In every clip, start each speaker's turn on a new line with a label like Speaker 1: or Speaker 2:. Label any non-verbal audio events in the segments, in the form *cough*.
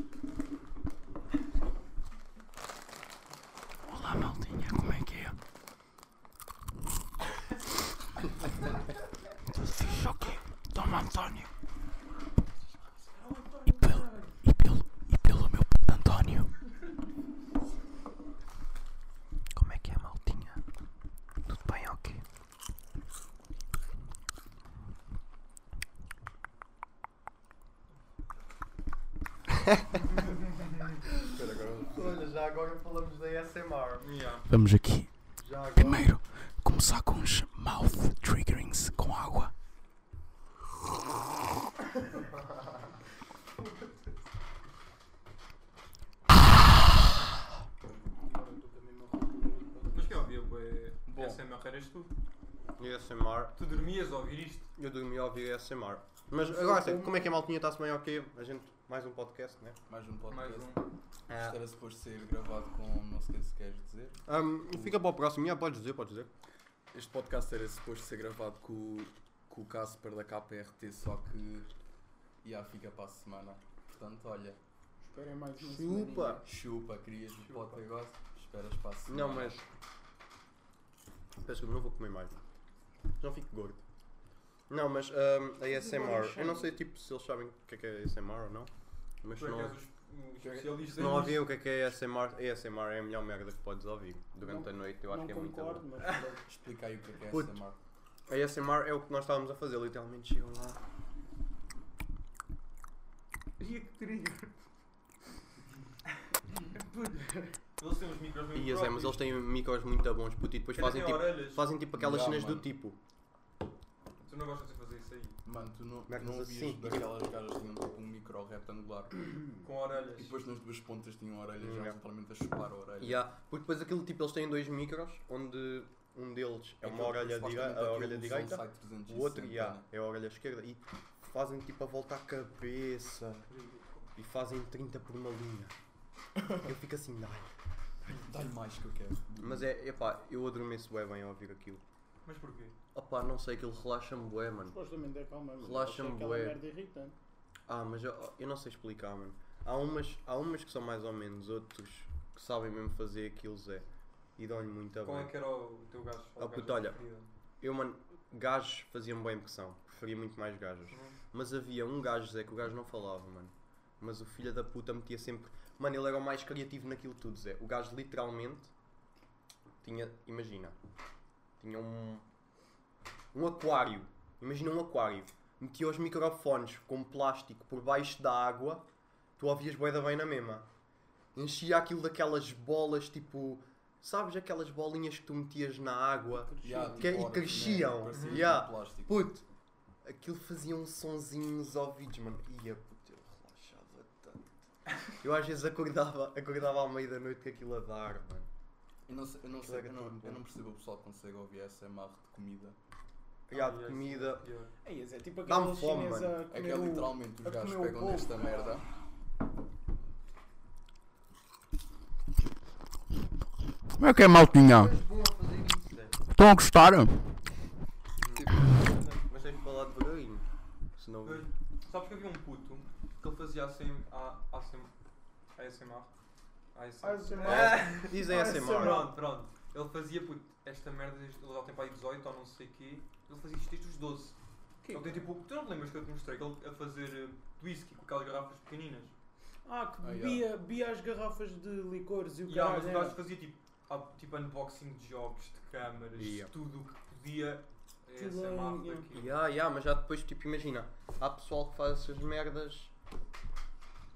Speaker 1: é António. E pelo, e pelo, e pelo meu puto António. Como é que é, maltinha? Tudo bem ou quê?
Speaker 2: Olha, já agora falamos da ASMR.
Speaker 1: Vamos aqui.
Speaker 2: Já agora.
Speaker 1: Primeiro, começar com uns mouth triggerings com água.
Speaker 3: Mas é quem ouviu bué
Speaker 2: Bom.
Speaker 3: SMR eras tu?
Speaker 2: ASMR.
Speaker 3: Tu dormias a ouvir isto?
Speaker 2: Eu dormi a ouvir ASMR. Mas agora, assim, como é que a maltinha está-se bem ok? A gente, mais um podcast, né? Ah.
Speaker 4: Mais um podcast.
Speaker 3: Mais um.
Speaker 4: Isto era suposto ser gravado com. Não sei se queres dizer.
Speaker 2: Ahm, fica para o próximo. Yeah, podes dizer, podes dizer.
Speaker 4: Este podcast era suposto ser gravado com, o- com o Casper da KPRT, só que. Já fica para a semana. Portanto, olha.
Speaker 5: Esperem mais
Speaker 2: um
Speaker 5: uma
Speaker 2: Chupa!
Speaker 4: Chupa, querias o podcast, esperas para a semana.
Speaker 2: Não, mas. Peço desculpa, não vou comer mais. Não fico gordo. Não, mas ahm, a ASMR. Eu não sei tipo, se eles sabem o que é que é ASMR ou não. Mas
Speaker 3: Tu
Speaker 2: se
Speaker 3: é que
Speaker 2: não,
Speaker 3: és os especialistas.
Speaker 2: se não ouvir o que é que é ASMR, ASMR é a melhor merda que podes ouvir durante
Speaker 5: Não-
Speaker 2: a noite. Eu acho
Speaker 5: Não
Speaker 2: que é muito
Speaker 5: concordo,
Speaker 2: bom.
Speaker 5: mas pronto.
Speaker 4: Explica aí o que é que é
Speaker 2: Puto.
Speaker 4: ASMR.
Speaker 2: A ASMR é o que nós estávamos a fazer, literalmente chegam lá.
Speaker 3: Ia que
Speaker 2: *laughs*
Speaker 3: trigger. Eles têm uns micros
Speaker 2: E as é, mas eles têm micros muito bons, puto, e depois fazem tipo,
Speaker 3: orelhas.
Speaker 2: fazem tipo aquelas
Speaker 4: Yeah,
Speaker 2: cenas do
Speaker 4: mano.
Speaker 2: tipo.
Speaker 3: Tu não gostas de fazer isso aí.
Speaker 2: Hum.
Speaker 4: Mano, tu não,
Speaker 2: Merdas
Speaker 4: não ouvias
Speaker 2: assim.
Speaker 4: daquelas gajas que tinham tipo um micro retangular
Speaker 3: Com orelhas.
Speaker 4: e depois nas duas pontas tinham orelhas
Speaker 2: Yeah.
Speaker 4: já totalmente a chupar a orelha.
Speaker 2: Yeah, porque depois aquilo tipo, eles têm dois micros, onde um deles é uma
Speaker 4: Aquilo que
Speaker 2: orelha,
Speaker 4: supostamente
Speaker 2: direita, a
Speaker 4: aquilo
Speaker 2: orelha
Speaker 4: o som
Speaker 2: direita
Speaker 4: sai 360,
Speaker 2: O outro,
Speaker 4: né?
Speaker 2: yeah, é a orelha esquerda. E fazem tipo a volta à cabeça. E fazem 30 por uma linha. Eu fico assim, ai.
Speaker 4: Dá-lhe mais que eu quero.
Speaker 2: Mas é, epá, eu adormeço bué bem ao ouvir aquilo.
Speaker 3: Mas porquê?
Speaker 2: Opá, não sei, aquilo relaxa-me bué, mano.
Speaker 5: Supostamente é calma, mas
Speaker 2: Relaxa-me,
Speaker 5: é aquela
Speaker 2: bué.
Speaker 5: merda irritante.
Speaker 2: Ah, mas eu, eu não sei explicar, mano. Há umas, há umas que são mais ou menos, outros que sabem mesmo fazer aquilo, Zé. E dão-lhe muito a
Speaker 3: Qual
Speaker 2: Tá bem.
Speaker 3: é que era o teu gajo?
Speaker 2: Ah, puto, olha. Eu, mano, gajos faziam bem impressão. Preferia muito mais gajos. Mas havia um gajo, Zé, que o gajo não falava, mano. Mas o filho da puta metia sempre. Mano, ele era o mais criativo naquilo tudo, Zé. O gajo literalmente tinha. Imagina. Tinha um. Um aquário. Imagina um aquário. Metia os microfones com plástico por baixo da água. Tu ouvias bué da bem na mesma. Enchia aquilo daquelas bolas tipo. Sabes aquelas bolinhas que tu metias na água?
Speaker 4: Yeah,
Speaker 2: Que- e
Speaker 4: orelha, né?
Speaker 2: cresciam.
Speaker 4: Parecia
Speaker 2: Yeah.
Speaker 4: de plástico.
Speaker 2: Puto, aquilo fazia uns sonzinhos ouvidos, mano. Ia, puto, eu relaxava tanto. Eu às vezes acordava, acordava à meia da noite com aquilo a dar, mano.
Speaker 4: Eu não, sei, eu,
Speaker 2: Aquilo
Speaker 4: não
Speaker 5: é
Speaker 4: sei-
Speaker 2: era
Speaker 4: eu não-
Speaker 2: tudo bom.
Speaker 4: eu não percebo o pessoal que consegue ouvir ASMR de comida.
Speaker 2: E há de comida.
Speaker 5: É isso, é tipo
Speaker 2: Dá-me
Speaker 5: aquela
Speaker 2: fome,
Speaker 5: chinesa
Speaker 2: mano.
Speaker 5: a
Speaker 4: É
Speaker 5: comer
Speaker 4: que é
Speaker 5: o-
Speaker 4: literalmente
Speaker 5: a
Speaker 4: os gajos
Speaker 5: comer o
Speaker 4: pegam
Speaker 5: polvo,
Speaker 4: nesta
Speaker 5: caralho.
Speaker 4: merda.
Speaker 1: Como é que é, maltinha?
Speaker 2: És bom a fazer isso, né? Zé.
Speaker 1: Estão a gostar?
Speaker 2: Mas tens de falar devagarinho. Senão.
Speaker 3: Pois, Sabes que havia um puto que ele fazia assim a ASMR. ASMR.
Speaker 5: ASMR.
Speaker 2: Dizem
Speaker 5: Ah,
Speaker 2: ASMR.
Speaker 3: Pronto, pronto. Ele fazia puto, esta merda, desde- ele já tem para aí 18 ou não sei o quê. Ele fazia isto desde os 12. Ele tem tipo, tu não te lembras que eu te mostrei que ele a fazer eh, whisky com aquelas garrafas pequeninas?
Speaker 5: Ah, que
Speaker 4: Ah, yeah.
Speaker 5: bebia, bebia as garrafas de licores e o
Speaker 3: E ah, mas o
Speaker 5: caralho. é.
Speaker 3: gajo
Speaker 5: era.
Speaker 3: fazia tipo, ah, tipo unboxing de jogos, de câmaras,
Speaker 2: Yeah.
Speaker 3: tudo o que podia. É
Speaker 5: Tudo
Speaker 3: essa
Speaker 5: em-
Speaker 3: marca
Speaker 5: yeah.
Speaker 3: aqui.
Speaker 2: Ya, ya, mas já depois, tipo, imagina. Há pessoal que faz essas merdas.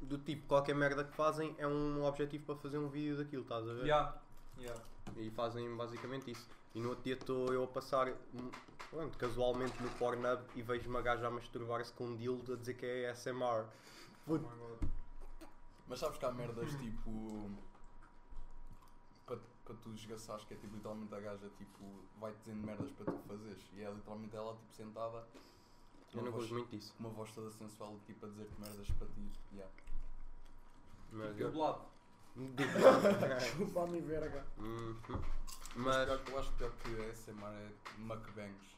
Speaker 2: Do tipo, qualquer merda que fazem é um objetivo para fazer um vídeo daquilo, estás a ver?
Speaker 3: Yeah. Yeah.
Speaker 2: E fazem basicamente isso. E no outro dia estou eu a passar hum, pronto, casualmente no Pornhub e vejo uma gaja a masturbar-se com um dildo a dizer que é ASMR.
Speaker 3: Oh my God.
Speaker 4: Mas sabes que há merdas tipo. para, para tu desgaçares, que é tipo literalmente a gaja tipo, vai dizendo merdas para tu fazeres. E é literalmente ela tipo sentada.
Speaker 2: Eu
Speaker 4: uma
Speaker 2: não
Speaker 4: voz-
Speaker 2: gosto muito disso.
Speaker 4: Uma voz toda sensual tipo a dizer-te merdas para ti. Yeah.
Speaker 2: Mas,
Speaker 3: E o
Speaker 2: eu-
Speaker 3: lado.
Speaker 5: *laughs* Chupa-me verga.
Speaker 2: *laughs* Uhum.
Speaker 4: Mas
Speaker 2: mas
Speaker 4: pior que eu acho pior que a ASMR é MacBangs.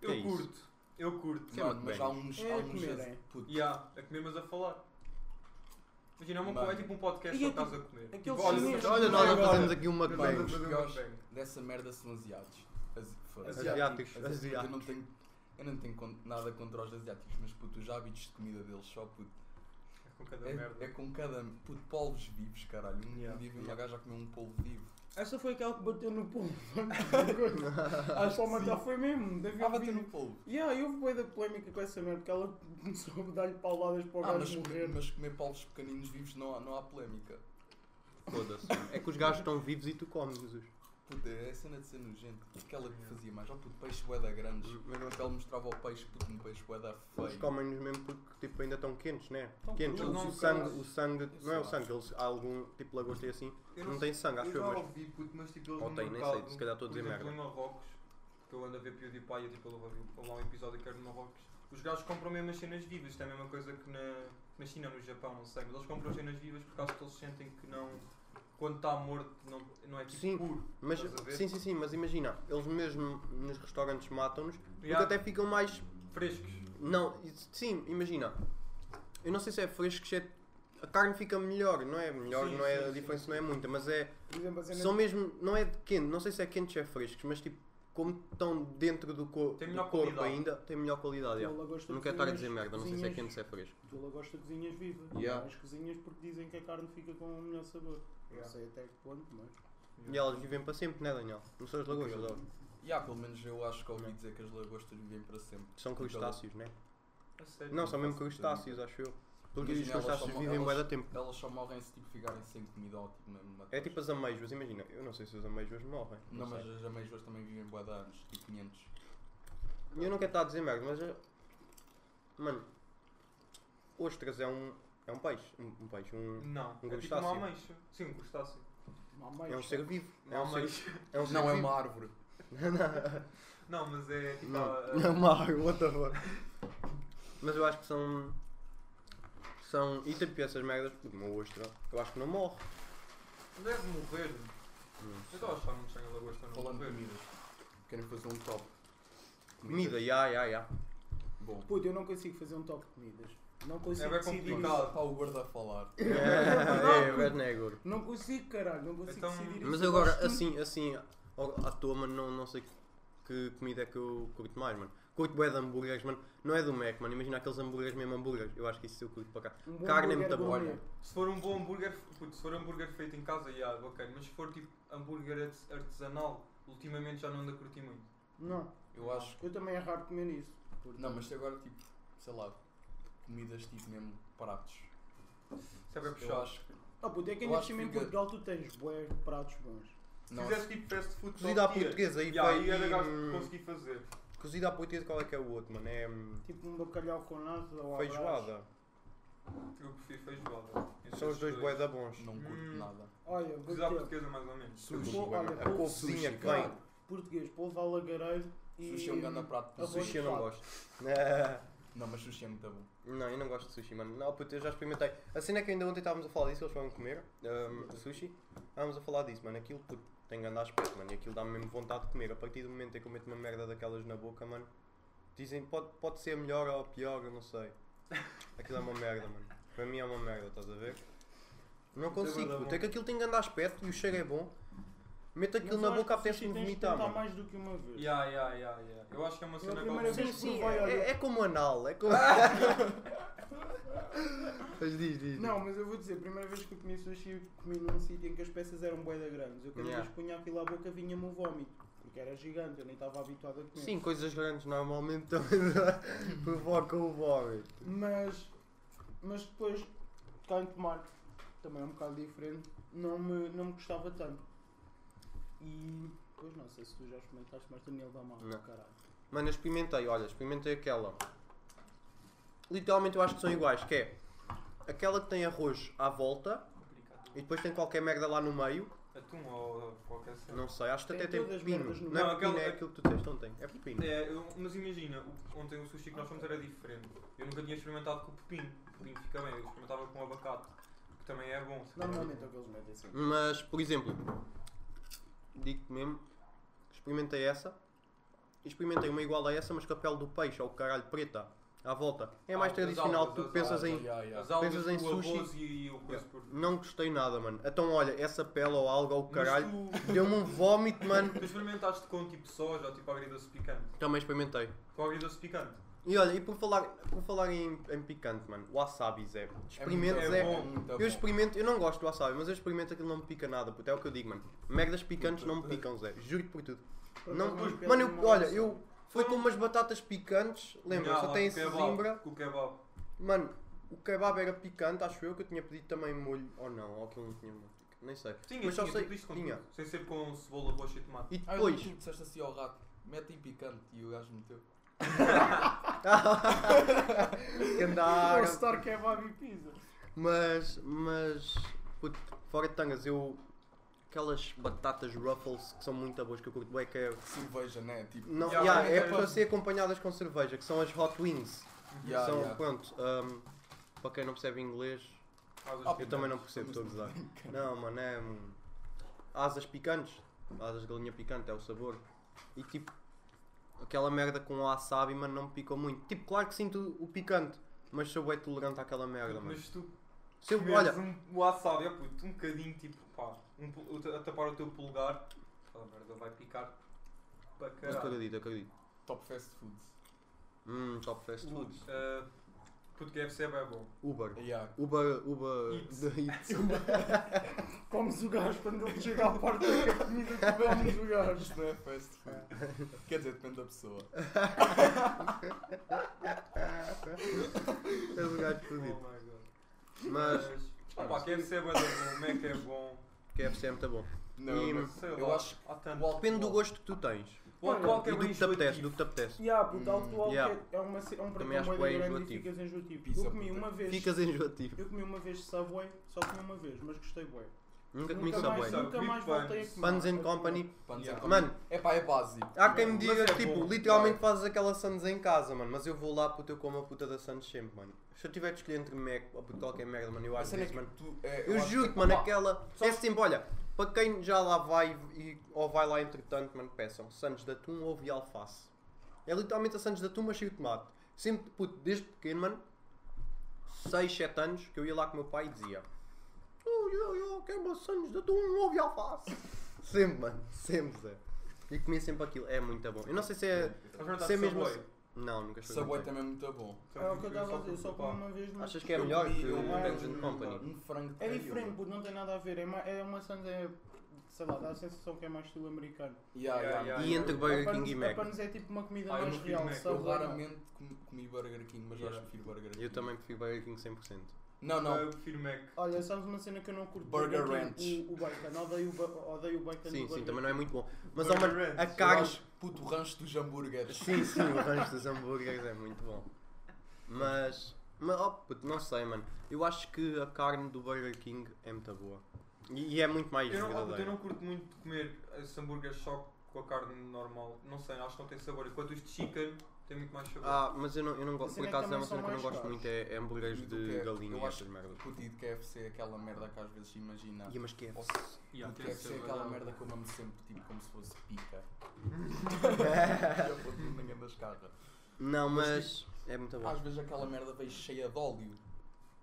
Speaker 2: Que é
Speaker 3: Eu
Speaker 2: isso?
Speaker 3: curto. Eu curto. Tipo,
Speaker 2: Que é
Speaker 4: Mano, mas há uns.
Speaker 5: É
Speaker 4: há
Speaker 5: a
Speaker 4: uns
Speaker 5: comerem.
Speaker 4: puto,
Speaker 3: Yeah, a comer mas a falar. Imagina, é uma
Speaker 4: Mano.
Speaker 3: co- é tipo um podcast
Speaker 5: E
Speaker 3: só
Speaker 5: é
Speaker 3: estás a
Speaker 5: tipo-
Speaker 3: comer.
Speaker 5: aquele
Speaker 3: Tipo, olha,
Speaker 5: chinês
Speaker 3: mas-
Speaker 2: olha, nós
Speaker 3: agora,
Speaker 2: não fazemos aqui um
Speaker 3: mas vamos
Speaker 2: mukbang.
Speaker 3: fazer um
Speaker 4: Os gajos-
Speaker 3: mukbang.
Speaker 4: Dessa merda são asiados. Asi- foda-se.
Speaker 5: Asiáticos.
Speaker 2: Asiáticos,
Speaker 4: Asiáticos. Eu
Speaker 2: asiáticos.
Speaker 4: não tenho. Eu não tenho con- nada contra os asiáticos, mas puto, os hábitos de comida deles só, puto.
Speaker 3: É com cada merda.
Speaker 4: É, é com cada. Puto, polvos vivos, caralho. Um
Speaker 5: Yeah.
Speaker 4: dia vi uma
Speaker 2: Yeah.
Speaker 4: gaja a comer um polvo vivo.
Speaker 5: Essa foi aquela que bateu no povo. *laughs*
Speaker 2: *laughs*
Speaker 5: Acho que matar foi mesmo. Deve
Speaker 4: Ah,
Speaker 5: haver
Speaker 4: bateu no
Speaker 5: vídeo.
Speaker 4: polvo.
Speaker 5: Yeah, e houve bué da polémica com essa merda, que ela começou a dar-lhe pauladas para o
Speaker 4: Ah, mas,
Speaker 5: gajo morrer.
Speaker 4: mas comer polvos pequeninos vivos não há, não há polémica.
Speaker 2: Foda-se. É que os gajos estão vivos e tu comes os.
Speaker 4: Puta, é a cena de ser nojento. Aquela que fazia mais. Oh, puto, peixe bué da grandes.
Speaker 2: Mas não
Speaker 4: Porque ele mostrava o peixe, puto, um peixe bué da
Speaker 2: Eles
Speaker 4: feio.
Speaker 2: comem-nos mesmo porque tipo, ainda estão quentes, né? quentes.
Speaker 3: crudos.
Speaker 2: O,
Speaker 3: Não,
Speaker 2: o sangue,
Speaker 3: não.
Speaker 2: o sangue, não é o
Speaker 4: Sei lá.
Speaker 2: sangue, eles, há algum tipo lagosta e assim,
Speaker 3: Eu
Speaker 2: não
Speaker 3: sei-
Speaker 2: tem sangue, acho
Speaker 3: eu
Speaker 2: eu, um
Speaker 3: já
Speaker 2: mas.
Speaker 3: ouvi, é puto, mas tipo, eles
Speaker 2: Ou
Speaker 3: no
Speaker 2: tem, nem
Speaker 3: mercado,
Speaker 2: sei, se calhar estou a
Speaker 3: por
Speaker 2: dizer
Speaker 3: exemplo,
Speaker 2: merda.
Speaker 3: em Marrocos, que eu ando a ver PewDiePie, e tipo, eu vou lá um episódio que era no Marrocos, os gajos compram mesmo as cenas vivas, isto é a mesma coisa que na, na China ou no Japão, não sei, mas eles compram as cenas vivas por causa que eles sentem que não, quando está morto, não, não é tipo
Speaker 2: Sim,
Speaker 3: puro.
Speaker 2: Mas,
Speaker 3: Estás a ver?
Speaker 2: sim, sim, sim, mas imagina, eles mesmo nos restaurantes matam-nos porque
Speaker 3: Yeah.
Speaker 2: até ficam mais.
Speaker 3: Frescos.
Speaker 2: Não, isso- sim, imagina. Eu não sei se é fresco, se é. A carne fica melhor, não é? Melhor,
Speaker 3: Sim,
Speaker 2: não é,
Speaker 3: sim,
Speaker 2: a
Speaker 3: sim,
Speaker 2: diferença
Speaker 3: sim.
Speaker 2: não é muita, mas é.
Speaker 5: Por exemplo, a cena
Speaker 2: São mesmo, não é de quente, não sei se é quentes ou é frescos, mas tipo, como estão dentro do, co
Speaker 3: Tem
Speaker 2: do
Speaker 3: melhor
Speaker 2: corpo
Speaker 3: qualidade.
Speaker 2: ainda, tem melhor qualidade.
Speaker 5: de
Speaker 2: é.
Speaker 5: lagosta
Speaker 2: Não quero estar a
Speaker 5: cozinhas-
Speaker 2: dizer merda, não sei se é
Speaker 5: cozinhas-
Speaker 2: quente ou se é fresco.
Speaker 5: Tu ela gosta de cozinhas vivas.
Speaker 2: Yeah.
Speaker 5: As cozinhas porque dizem que a carne fica com o melhor sabor. Não sei até que ponto, mas.
Speaker 2: E elas vivem para sempre, né, Daniel? Não são as lagostas, ó.
Speaker 4: E há, pelo menos eu acho que ouvi dizer que as lagostas vivem para sempre.
Speaker 2: são crustáceos, né?
Speaker 3: A sério.
Speaker 2: Não, são mesmo
Speaker 4: faço
Speaker 2: crustáceos, acho eu. Porque
Speaker 4: Imagina,
Speaker 2: os
Speaker 4: elas
Speaker 2: crustáceos
Speaker 4: são-
Speaker 2: vivem
Speaker 4: elas-
Speaker 2: bué da tempo.
Speaker 4: Elas só morrem se tipo, ficarem sem comida ou tipo, mesmo uma
Speaker 2: É tipo as amêijoas, imagina, eu não sei se as amêijoas morrem.
Speaker 4: Não, mas
Speaker 2: sei.
Speaker 4: as amêijoas também vivem bué de anos, tipo 500.
Speaker 2: Eu não quero estar a dizer merda, mas. eh, Mano, ostras é um. É um peixe. Um, um peixe. Um,
Speaker 3: Não,
Speaker 2: Um
Speaker 3: é tipo uma
Speaker 2: crustáceo.
Speaker 3: ameixa. Sim, um crustáceo.
Speaker 5: Uma ameixa.
Speaker 2: é um ser vivo.
Speaker 3: Uma
Speaker 2: É um ser,
Speaker 3: ameixa.
Speaker 2: é um ser
Speaker 4: Não, é
Speaker 2: vivo.
Speaker 4: uma árvore.
Speaker 3: Não, mas é tipo. a-
Speaker 2: Não,
Speaker 3: a-
Speaker 2: é uma água, what the fuck. Mas eu acho que são. São. E tipo essas merdas. Uma ostra. Eu acho que não morre.
Speaker 3: Não deve morrer.
Speaker 2: Não
Speaker 3: Eu estava a achar muito estranho a lagosta não
Speaker 4: Falando de
Speaker 3: morrer.
Speaker 4: comidas. Querem fazer um top.
Speaker 2: Comida, ya, ya, ya.
Speaker 4: Bom.
Speaker 5: Puto, eu não consigo fazer um top de comidas. Não
Speaker 3: É
Speaker 5: consigo
Speaker 3: bem
Speaker 5: decidir.
Speaker 3: complicado.
Speaker 4: Está o gordo a falar.
Speaker 2: É, o gajo não é gordo.
Speaker 5: Não consigo, caralho. Não consigo
Speaker 3: Então-
Speaker 5: decidir isso.
Speaker 2: Mas
Speaker 5: Eu
Speaker 2: agora,
Speaker 5: gosto de-
Speaker 2: assim, assim, ao- à toa, mano, não, não sei que comida é que eu curto mais, mano. Curto bué de hambúrgueres, mano. Não é do Mac, mano. Imagina aqueles hambúrgueres mesmo hambúrgueres. Eu acho que isso eu curto para cá.
Speaker 5: Um bom
Speaker 2: carne é
Speaker 5: hambúrguer
Speaker 2: muito boa,
Speaker 5: gourmet.
Speaker 3: Se for um bom hambúrguer, putz, se for hambúrguer feito em casa, já, ok. Mas se for tipo hambúrguer artes- artesanal, ultimamente já não ando a curtir muito.
Speaker 5: Não,
Speaker 4: Eu acho.
Speaker 5: eu também é raro comer isso. Porque-
Speaker 4: Não, mas se agora tipo, sei lá, comidas tipo mesmo pratos.
Speaker 3: Isso é bem
Speaker 4: Eu
Speaker 3: puxado.
Speaker 4: acho que.
Speaker 5: Ah, puto, é que
Speaker 4: Eu
Speaker 5: ainda por
Speaker 4: acho
Speaker 5: cima
Speaker 4: que
Speaker 5: em
Speaker 4: fica-
Speaker 5: Portugal tu tens bué pratos bons.
Speaker 3: Se
Speaker 4: Não,
Speaker 3: fizeres tipo fast food,
Speaker 2: Cozida à
Speaker 3: top tier,
Speaker 2: portuguesa tipo- e
Speaker 3: já,
Speaker 2: feito
Speaker 3: aí era
Speaker 2: em-
Speaker 3: gajo que consegui fazer.
Speaker 2: Cozida à portuguesa, qual é que é o outro, mano? É hum,
Speaker 5: Tipo um bacalhau com nada ou à brás.
Speaker 2: feijoada.
Speaker 3: Eu prefiro feijoada. Entre
Speaker 2: São os
Speaker 3: esses
Speaker 2: dois boeda bons.
Speaker 4: não curto
Speaker 3: Hum.
Speaker 4: nada.
Speaker 5: Olha,
Speaker 3: Cozida à
Speaker 5: bacalhau.
Speaker 3: portuguesa, mais ou menos.
Speaker 4: Sushi.
Speaker 5: Pô, olha,
Speaker 2: A
Speaker 5: pô,
Speaker 2: couvezinha
Speaker 4: sushi,
Speaker 2: que vem.
Speaker 4: caralho.
Speaker 5: português, polvo à lagareiro e...
Speaker 4: Sushi é um grande prato.
Speaker 5: arroz.
Speaker 4: Sushi.
Speaker 2: Sushi eu não
Speaker 5: fato.
Speaker 2: gosto.
Speaker 4: Não, mas sushi é muito bom.
Speaker 2: Não, eu não gosto de sushi, mano. Não, puto, eu já experimentei. A cena é que ainda ontem estávamos a falar disso, eles foram comer hum, sushi. Estávamos a falar disso, mano. Aquilo, puto, tem grande aspecto, mano. E aquilo dá-me mesmo vontade de comer. A partir do momento em que eu meto uma merda daquelas na boca, mano, dizem pode, pode ser melhor ou pior, eu não
Speaker 5: *laughs*
Speaker 2: sei. Aquilo é uma merda, mano. Para mim é uma merda, estás a ver? Não
Speaker 3: Puto, é
Speaker 2: consigo,
Speaker 3: bué da
Speaker 2: puto.
Speaker 3: bom.
Speaker 2: É que aquilo tem grande aspecto e o cheiro é bom. Meto aquilo
Speaker 5: Mas
Speaker 2: na
Speaker 5: eu acho
Speaker 2: boca,
Speaker 5: que o sushi
Speaker 2: apetece-me
Speaker 5: tens de
Speaker 2: vomitar,
Speaker 5: tentar
Speaker 2: mano.
Speaker 5: mais do que uma vez.
Speaker 3: Ya, ya, ya, ya. Eu acho que é uma
Speaker 5: Eu
Speaker 3: cena
Speaker 5: a
Speaker 3: que
Speaker 5: primeira
Speaker 3: eu-
Speaker 5: vez-
Speaker 2: Sim,
Speaker 5: que
Speaker 2: sim,
Speaker 5: vai, olha.
Speaker 2: é, é como anal,
Speaker 5: *laughs*
Speaker 2: é como. Mas diz, diz.
Speaker 5: Não, mas eu vou dizer, a primeira vez que eu comi sushi, comi num sítio em que as peças eram bué da grandes. Eu cada
Speaker 2: Yeah.
Speaker 5: vez que punha aquilo à boca vinha-me o vómito, porque era gigante, eu nem estava habituado a comer.
Speaker 2: Sim, coisas grandes normalmente também é?
Speaker 5: Uhum.
Speaker 2: provocam o vómito.
Speaker 5: Mas, mas depois, cá em tomate, também é um bocado diferente, não me, não me gostava tanto. E, pois não sei se tu já experimentaste, mas Daniel dá mal,
Speaker 2: Não.
Speaker 5: caralho.
Speaker 2: Mano, eu experimentei, olha, experimentei aquela. Literalmente eu acho que são iguais, que é aquela que tem arroz à volta e depois tem qualquer merda lá no meio.
Speaker 3: Atum ou qualquer cena.
Speaker 2: Não sei, acho que
Speaker 5: Tem
Speaker 2: até tem
Speaker 5: todas as
Speaker 2: pepino.
Speaker 5: merdas no
Speaker 2: Não é
Speaker 3: meio.
Speaker 2: pepino,
Speaker 3: Não,
Speaker 2: é
Speaker 3: aquela-
Speaker 2: aquilo que tu disseste ontem. É pepino.
Speaker 3: É, eu- mas imagina, o- ontem o sushi que nós fomos era diferente. Eu nunca tinha experimentado com o pepino. O pepino fica bem, eu experimentava com abacate, que também é bom. se calhar.
Speaker 5: Normalmente é o que eles metem sempre.
Speaker 2: Mas, por exemplo, digo-te mesmo, experimentei essa, e experimentei uma igual a essa, mas com a pele do peixe, ou caralho preta. à volta. É mais
Speaker 3: Ah, das
Speaker 2: tradicional,
Speaker 3: algas,
Speaker 2: tu
Speaker 3: das
Speaker 2: pensas
Speaker 3: algas.
Speaker 2: em.
Speaker 4: Yeah, yeah.
Speaker 3: As algas,
Speaker 2: Pensas em
Speaker 3: o
Speaker 2: sushi?
Speaker 3: arroz e, e o coisa por...
Speaker 2: Não gostei nada, mano. Então, olha, essa pele ou alga ou
Speaker 3: Mas
Speaker 2: caralho
Speaker 3: tu-
Speaker 2: deu-me um vómito, mano.
Speaker 3: Tu experimentaste com tipo soja ou tipo agridoce picante?
Speaker 2: Também experimentei.
Speaker 3: Com agridoce picante?
Speaker 2: E olha, e por falar, por falar em, em picante, mano, wasabi, Zé. Experimento,
Speaker 3: É muito
Speaker 2: Zé.
Speaker 3: bom.
Speaker 4: muito
Speaker 2: é- Eu experimento, eu não gosto do wasabi, mas eu experimento aquilo não me pica nada, puto. É o que eu digo, mano. Merdas picantes não me picam, Zé. Juro-te por tudo. Não,
Speaker 5: Por acaso,
Speaker 2: mano, eu-
Speaker 5: não é
Speaker 2: olha,
Speaker 5: só-
Speaker 2: eu fui com umas batatas picantes, lembra?
Speaker 3: Yeah,
Speaker 2: Só tem
Speaker 3: com kebab,
Speaker 2: sesimbra.
Speaker 3: Com kebab.
Speaker 2: Mano, o kebab era picante, acho eu, que eu tinha pedido também molho. Ou não, ou aquilo não tinha molho. Nem sei.
Speaker 3: Tinha,
Speaker 2: mas só
Speaker 3: tinha,
Speaker 2: sei.
Speaker 3: tudo isto com
Speaker 2: Tinha.
Speaker 3: tudo. Sem ser com cebola, roxa e tomate.
Speaker 2: E
Speaker 4: Ah, depois.
Speaker 2: depois.
Speaker 4: Tu disseste assim ao rato, mete em picante e o gajo meteu.
Speaker 2: *laughs* Gandara.
Speaker 5: Posso estar kebab e pizza.
Speaker 2: Mas, mas, puto, fora de tangas, eu. Aquelas batatas ruffles que são muito boas que eu curto bem, que é.
Speaker 4: Cerveja, né? Tipo,
Speaker 2: Não,
Speaker 3: Yeah,
Speaker 2: yeah,
Speaker 3: mas
Speaker 2: é
Speaker 3: é
Speaker 2: para
Speaker 3: pub.
Speaker 2: ser acompanhadas com cerveja, que são as Hot Wings.
Speaker 4: yeah,
Speaker 2: são,
Speaker 4: yeah.
Speaker 2: pronto, um, para quem não percebe inglês,
Speaker 3: Asas
Speaker 4: Ah,
Speaker 2: eu
Speaker 3: picantes.
Speaker 2: também não percebo, estou a gozar. Não, mano, é. hum, Asas picantes, asas de galinha picante, é o sabor. E tipo, aquela merda com wasabi, mano, não me picou muito. Tipo, claro que sinto o picante, mas sou bem tolerante àquela merda, mano.
Speaker 3: Mas tu
Speaker 2: Se eu,
Speaker 3: comeres
Speaker 2: olha,
Speaker 3: um wasabi, ó puto, um bocadinho tipo pá, um, pul- a tapar o teu polegar, aquela merda vai picar para
Speaker 2: Mas
Speaker 3: caralho.
Speaker 2: acredito, acredito.
Speaker 4: Top fast foods.
Speaker 2: Hum, top fast
Speaker 3: Puto,
Speaker 2: foods.
Speaker 3: eh, Puto, KFC é bem bom.
Speaker 2: Uber.
Speaker 4: Yeah.
Speaker 2: Uber, Uber.
Speaker 3: Eats.
Speaker 2: The *laughs* Eats.
Speaker 5: Comes o gajo quando ele chega à parte da comida, tu comes o gajo.
Speaker 4: Isto não é fast food. Quer dizer, depende da pessoa.
Speaker 2: És um gajo
Speaker 3: Oh my
Speaker 2: fodido.
Speaker 3: god.
Speaker 2: Mas
Speaker 3: Ah, pá, KFC é bem bom, Mac é bom,
Speaker 2: KFC é muito bom.
Speaker 4: Não,
Speaker 2: E-
Speaker 4: não.
Speaker 3: sei lá.
Speaker 4: Eu acho
Speaker 3: há
Speaker 4: que
Speaker 3: tanto.
Speaker 4: o
Speaker 2: Depende do gosto que tu tens.
Speaker 3: Qual,
Speaker 5: Olha,
Speaker 3: qual que
Speaker 2: E
Speaker 3: é o
Speaker 2: do que te
Speaker 3: enjoativo?
Speaker 2: apetece, do que te apetece.
Speaker 5: Yeah, ah, puto,
Speaker 4: Hum,
Speaker 5: alto, alto
Speaker 2: yeah.
Speaker 5: é, é, uma, ce- é um prato
Speaker 2: Também acho
Speaker 5: muito
Speaker 2: que é
Speaker 5: grande e
Speaker 2: enjoativo.
Speaker 5: ficas enjoativo.
Speaker 4: Pizza,
Speaker 5: eu comi
Speaker 4: puta.
Speaker 5: uma vez,
Speaker 2: Ficas enjoativo.
Speaker 5: eu comi uma vez Subway, só comi uma vez, mas gostei bué.
Speaker 2: Nunca comi
Speaker 5: Nunca mais,
Speaker 2: Subway.
Speaker 3: Subway.
Speaker 5: Nunca mais
Speaker 3: Big
Speaker 5: voltei a
Speaker 3: Buns.
Speaker 5: comer.
Speaker 2: Buns and Company.
Speaker 4: Pans
Speaker 3: Yeah.
Speaker 4: é
Speaker 2: Mano,
Speaker 4: É pá, é básico.
Speaker 2: há quem me
Speaker 3: Mas
Speaker 2: diga,
Speaker 3: é
Speaker 2: tipo,
Speaker 3: bom.
Speaker 2: literalmente fazes aquela Suns em casa, mano. Mas eu vou lá, puto, eu como a puta da Suns sempre, mano. Se eu tiver de escolher entre Mac ou puto, qualquer merda, mano, eu
Speaker 4: A
Speaker 2: acho
Speaker 4: cena é
Speaker 2: isso,
Speaker 4: que
Speaker 2: mano.
Speaker 4: tu. é,
Speaker 2: eh, Eu
Speaker 4: acho que-
Speaker 2: juro-te, mano,
Speaker 4: Pá,
Speaker 2: aquela.
Speaker 4: só
Speaker 2: É
Speaker 4: se-
Speaker 2: sempre, olha, para quem já lá vai e, ou vai lá entretanto, mano, peçam Santos de atum, ovo e alface. É literalmente a Santos de atum, mas cheio de tomate. Sempre, puto, desde pequeno, mano, 6, 7 anos, que eu ia lá com o meu pai e dizia: Eu, eu, eu quero uma Santos de atum, um ovo e alface. *laughs* Sempre, mano, sempre, Zé. E comia sempre aquilo, é muito bom. Eu não sei se é.
Speaker 3: Mas
Speaker 2: Se é
Speaker 3: é
Speaker 2: mesmo
Speaker 3: mesmo Então,
Speaker 2: assim. Não, nunca
Speaker 4: Subway
Speaker 2: experimentei.
Speaker 4: também é muito bom.
Speaker 5: É o que eu estava a dizer, só comi uma vez. não-
Speaker 2: Achas que é melhor
Speaker 4: comi
Speaker 2: que o
Speaker 4: um-
Speaker 2: Buns
Speaker 4: um-
Speaker 2: and Company?
Speaker 4: Um frango
Speaker 5: É
Speaker 4: de
Speaker 5: diferente,
Speaker 4: caril.
Speaker 5: puto, não tem nada a ver. É, ma- é uma sandes, é, sei lá, dá a sensação que é mais estilo americano.
Speaker 4: Yeah,
Speaker 3: Yeah,
Speaker 4: yeah.
Speaker 3: yeah,
Speaker 2: E entre Burger
Speaker 5: A
Speaker 2: King e
Speaker 5: Panos- a
Speaker 2: Mac.
Speaker 5: Panos é tipo uma comida
Speaker 3: Ah, eu
Speaker 5: mais
Speaker 3: não fiz
Speaker 5: real.
Speaker 3: Mac, eu
Speaker 5: Subway
Speaker 4: Eu
Speaker 5: não.
Speaker 4: raramente comi, comi Burger King, mas
Speaker 3: Yeah.
Speaker 4: acho que prefiro Burger King.
Speaker 2: Eu também prefiro Burger King 100%.
Speaker 4: Não, não.
Speaker 3: Eu prefiro Mac.
Speaker 5: Olha, sabes uma cena que eu não curto?
Speaker 4: Burger
Speaker 5: Burger
Speaker 4: Ranch.
Speaker 5: King, O, o bacon, odeio o, ba- odeio o bacon
Speaker 2: Sim,
Speaker 5: do Burger
Speaker 2: sim, é também não é muito bom. Mas, ó,
Speaker 3: Burger
Speaker 2: mano,
Speaker 3: Ranch,
Speaker 2: a
Speaker 3: eu
Speaker 4: Eu
Speaker 2: carne.
Speaker 4: acho, puto, o rancho dos hambúrgueres.
Speaker 2: Sim, sim, o rancho dos hambúrgueres é muito bom. Mas, mas oh, puto, não sei, mano. Eu acho que a carne do Burger King é muito boa. E, e é muito mais
Speaker 3: Eu não, ah, puto, eu
Speaker 2: verdadeira.
Speaker 3: não curto muito de comer esses hambúrgueres só com a carne normal. Não sei, acho que não tem sabor. Enquanto os de chicken têm muito mais sabor.
Speaker 2: Ah, mas eu não, eu não gosto.
Speaker 5: Assim
Speaker 2: Por
Speaker 5: é que
Speaker 2: acaso é
Speaker 5: também
Speaker 2: uma
Speaker 5: são
Speaker 2: cena que eu não
Speaker 5: mais
Speaker 2: gosto
Speaker 5: caros.
Speaker 2: muito. É hambúrgueres
Speaker 4: E do que
Speaker 2: de
Speaker 4: é?
Speaker 2: galinha e
Speaker 4: Eu acho
Speaker 2: essas merdas.
Speaker 4: Curtido KFC é aquela merda que às vezes imagina.
Speaker 2: E mas que é?
Speaker 4: Ou
Speaker 3: Yeah,
Speaker 4: o
Speaker 3: tem
Speaker 4: KFC é
Speaker 3: sabor,
Speaker 4: aquela
Speaker 3: não.
Speaker 4: merda que eu mamo sempre, tipo, como se fosse *laughs* pica. eu vou ninguém das cargas.
Speaker 2: Não, mas é muito bom.
Speaker 4: Às vezes aquela merda vem cheia de óleo.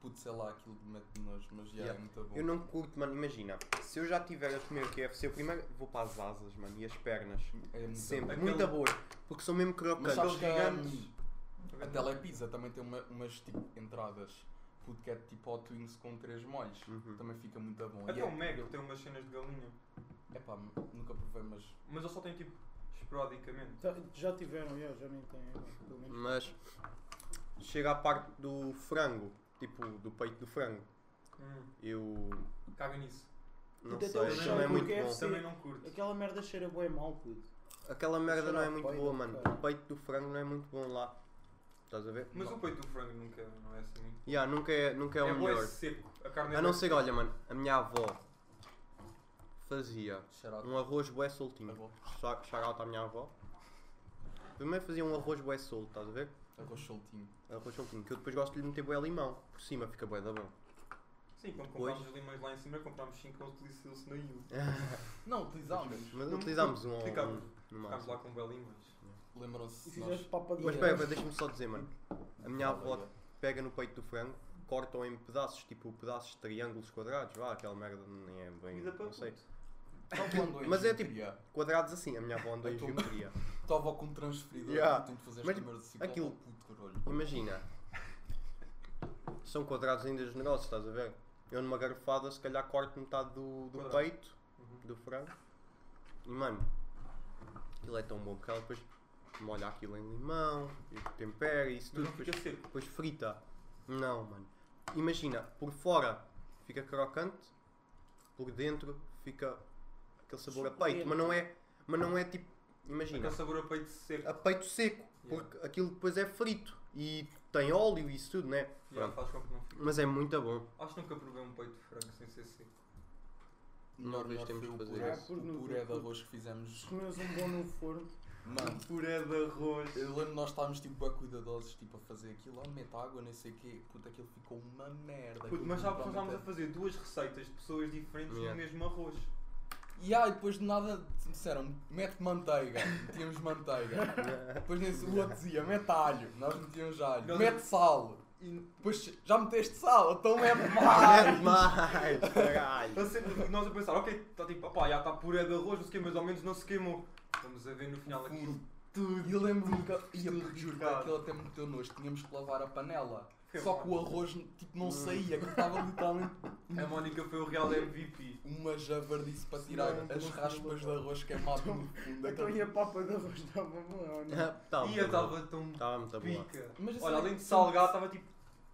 Speaker 4: Puto, sei lá, aquilo mete nojo, mas já
Speaker 2: Yeah.
Speaker 4: é muito bom.
Speaker 2: Eu não curto, mano. Imagina, se eu já tiver a comer KFC, eu primeiro vou para as asas, mano, e as pernas.
Speaker 4: É muito
Speaker 2: Sempre,
Speaker 3: Aquele-
Speaker 2: muito boas. Porque são mesmo
Speaker 4: bom. Mas
Speaker 2: crocantes.
Speaker 4: sabes que
Speaker 3: gigantes.
Speaker 4: hum,
Speaker 3: Tá
Speaker 4: a
Speaker 5: é
Speaker 4: Telepizza também tem uma- umas tipo entradas. Puto, que é tipo hot wings com três molhos.
Speaker 2: Uhum.
Speaker 4: Também fica muito bom.
Speaker 3: Até
Speaker 4: E é-
Speaker 3: o Mac tem umas cenas de galinha.
Speaker 4: Epá, nunca provei, mas
Speaker 3: Mas eles só têm tipo esporadicamente.
Speaker 5: Tá- Já tiveram, yeah, já nem têm. agora, pelo menos.
Speaker 2: Mas chega à parte do frango, tipo do peito do frango.
Speaker 3: Hum,
Speaker 2: Eu
Speaker 3: caga nisso.
Speaker 2: não
Speaker 5: Até
Speaker 2: sei,
Speaker 5: tem
Speaker 3: o
Speaker 2: não é
Speaker 3: chão
Speaker 2: muito
Speaker 5: do
Speaker 2: bom.
Speaker 5: KFC.
Speaker 3: Também não curto.
Speaker 5: Aquela merda cheira bué mal, puto.
Speaker 2: Aquela merda
Speaker 5: Cheira
Speaker 2: não é
Speaker 5: a
Speaker 2: muito
Speaker 5: peido,
Speaker 2: boa, mano.
Speaker 5: cara.
Speaker 2: O peito do frango não é muito bom lá. Estás a ver?
Speaker 3: Mas
Speaker 2: não.
Speaker 3: o peito do frango nunca não é assim muito.
Speaker 2: Yeah, nunca é, nunca é, o
Speaker 3: bué
Speaker 2: melhor.
Speaker 3: seco. A carne é
Speaker 2: A não
Speaker 3: bué
Speaker 2: ser, olha, mano, a minha avó fazia
Speaker 4: cheirado.
Speaker 2: um arroz bué
Speaker 4: Tá
Speaker 2: soltinho.
Speaker 4: bom.
Speaker 2: Shout shout out à minha avó. Primeiro fazia um arroz bué solto, estás a ver?
Speaker 4: Arroz soltinho.
Speaker 2: Arroz soltinho, que eu depois gosto de lhe meter bué limão. Por cima fica bué da bom.
Speaker 3: Sim, quando
Speaker 2: Pois. É
Speaker 3: comprámos os limões lá em cima, comprámos 5 ou utilizámos na IU.
Speaker 4: Não, utilizámos.
Speaker 2: Mas utilizámos um,
Speaker 3: Ficámos
Speaker 2: um, um
Speaker 3: ficámos lá com um belo limões.
Speaker 4: Lembram-se
Speaker 5: E
Speaker 4: de nós.
Speaker 5: fizeste papadinha.
Speaker 2: Mas espera, deixa-me só dizer, mano. A minha avó pega no peito do frango, cortam em pedaços, tipo pedaços de triângulos quadrados, vá, aquela merda nem é bem.
Speaker 3: Comida para
Speaker 2: Não sei.
Speaker 3: puto.
Speaker 2: Mas é tipo- Quadrados assim, a minha avó
Speaker 3: *laughs*
Speaker 2: andou em
Speaker 4: Eu tô-
Speaker 2: geometria.
Speaker 4: Estava com um transferidor
Speaker 2: Yeah.
Speaker 4: yeah. tenho de fazer
Speaker 2: Mas,
Speaker 3: tipo,
Speaker 4: as câmaras de ciclo.
Speaker 2: aquilo-
Speaker 4: Aquilo... Puto, caralho.
Speaker 2: Imagina. São quadrados ainda generosos, estás a ver? Eu numa garfada, se calhar corto metade do, do
Speaker 3: Quadrado.
Speaker 2: peito,
Speaker 3: Uhum.
Speaker 2: do frango. E mano, aquilo é tão bom porque ela depois molha aquilo em limão, e tempera e isso tudo.
Speaker 3: Mas não
Speaker 2: Depois
Speaker 3: fica seco.
Speaker 2: Depois frita. Não, mano. Imagina, por fora fica crocante, por dentro fica aquele sabor a peito, mas não é, mas não é tipo, imagina, Ah,
Speaker 3: Aquele sabor a peito seco.
Speaker 2: a peito seco, porque aquilo depois é frito e tem óleo e isso tudo, né?
Speaker 3: Já
Speaker 2: Pronto.
Speaker 3: faz com que não fique.
Speaker 2: Mas é muito
Speaker 3: *laughs*
Speaker 2: bom.
Speaker 3: Acho que nunca provei um peito de frango sem ser seco.
Speaker 2: Nós
Speaker 4: Melhor, melhor
Speaker 2: temos
Speaker 4: foi um
Speaker 2: de
Speaker 4: o
Speaker 2: fazer
Speaker 4: puré,
Speaker 3: É,
Speaker 5: isso.
Speaker 4: o puré é de arroz que fizemos.
Speaker 5: Comes um bom no forno.
Speaker 4: Mano,
Speaker 3: Puré de arroz.
Speaker 4: eu lembro nós estávamos tipo bem cuidadosos tipo, a fazer aquilo, lá mete água, nem sei o quê. Puta, aquilo ficou uma merda.
Speaker 3: Puto,
Speaker 4: aquilo
Speaker 3: mas já começámos
Speaker 4: literalmente
Speaker 3: a fazer duas receitas de pessoas diferentes
Speaker 2: Yeah.
Speaker 3: no mesmo arroz.
Speaker 4: é- E aí, depois de nada, disseram mete
Speaker 3: *laughs*
Speaker 4: manteiga. Metíamos manteiga. Depois nesse, o outro dizia mete alho. Nós metíamos alho.
Speaker 3: Nós-
Speaker 4: Mete sal.
Speaker 3: E
Speaker 4: Depois já meteste sal, então
Speaker 3: *laughs*
Speaker 4: mete mais.
Speaker 2: É demais, caralho.
Speaker 3: eu sempre- nós a pensar, ok, está tipo, opá, já está puré de arroz, não sei o quê, mas ao menos não se queimou. Vamos a ver no final aquilo.
Speaker 4: Tudo. E eu lembro-me que ia
Speaker 3: Tudo
Speaker 4: juro que
Speaker 3: picado.
Speaker 4: aquilo até me meteu nojo, tínhamos que lavar a panela.
Speaker 3: Foi
Speaker 4: Só
Speaker 3: mal.
Speaker 4: que o arroz tipo, não saía, que estava literalmente
Speaker 3: A Mónica foi o real MVP.
Speaker 4: uma javardice para tirar
Speaker 5: Não,
Speaker 4: as
Speaker 5: não
Speaker 4: raspas de
Speaker 5: não.
Speaker 4: arroz queimado no fundo.
Speaker 5: Então
Speaker 4: daquele-
Speaker 5: e a papa de arroz *laughs* estava boa
Speaker 2: *laughs*
Speaker 5: ou não?
Speaker 2: Tá
Speaker 3: e eu
Speaker 2: muito bom.
Speaker 3: estava tão
Speaker 2: Estava muito boa.
Speaker 3: pica.
Speaker 4: Mas eu
Speaker 3: Olha,
Speaker 4: sei-
Speaker 3: além de salgar, estava tipo.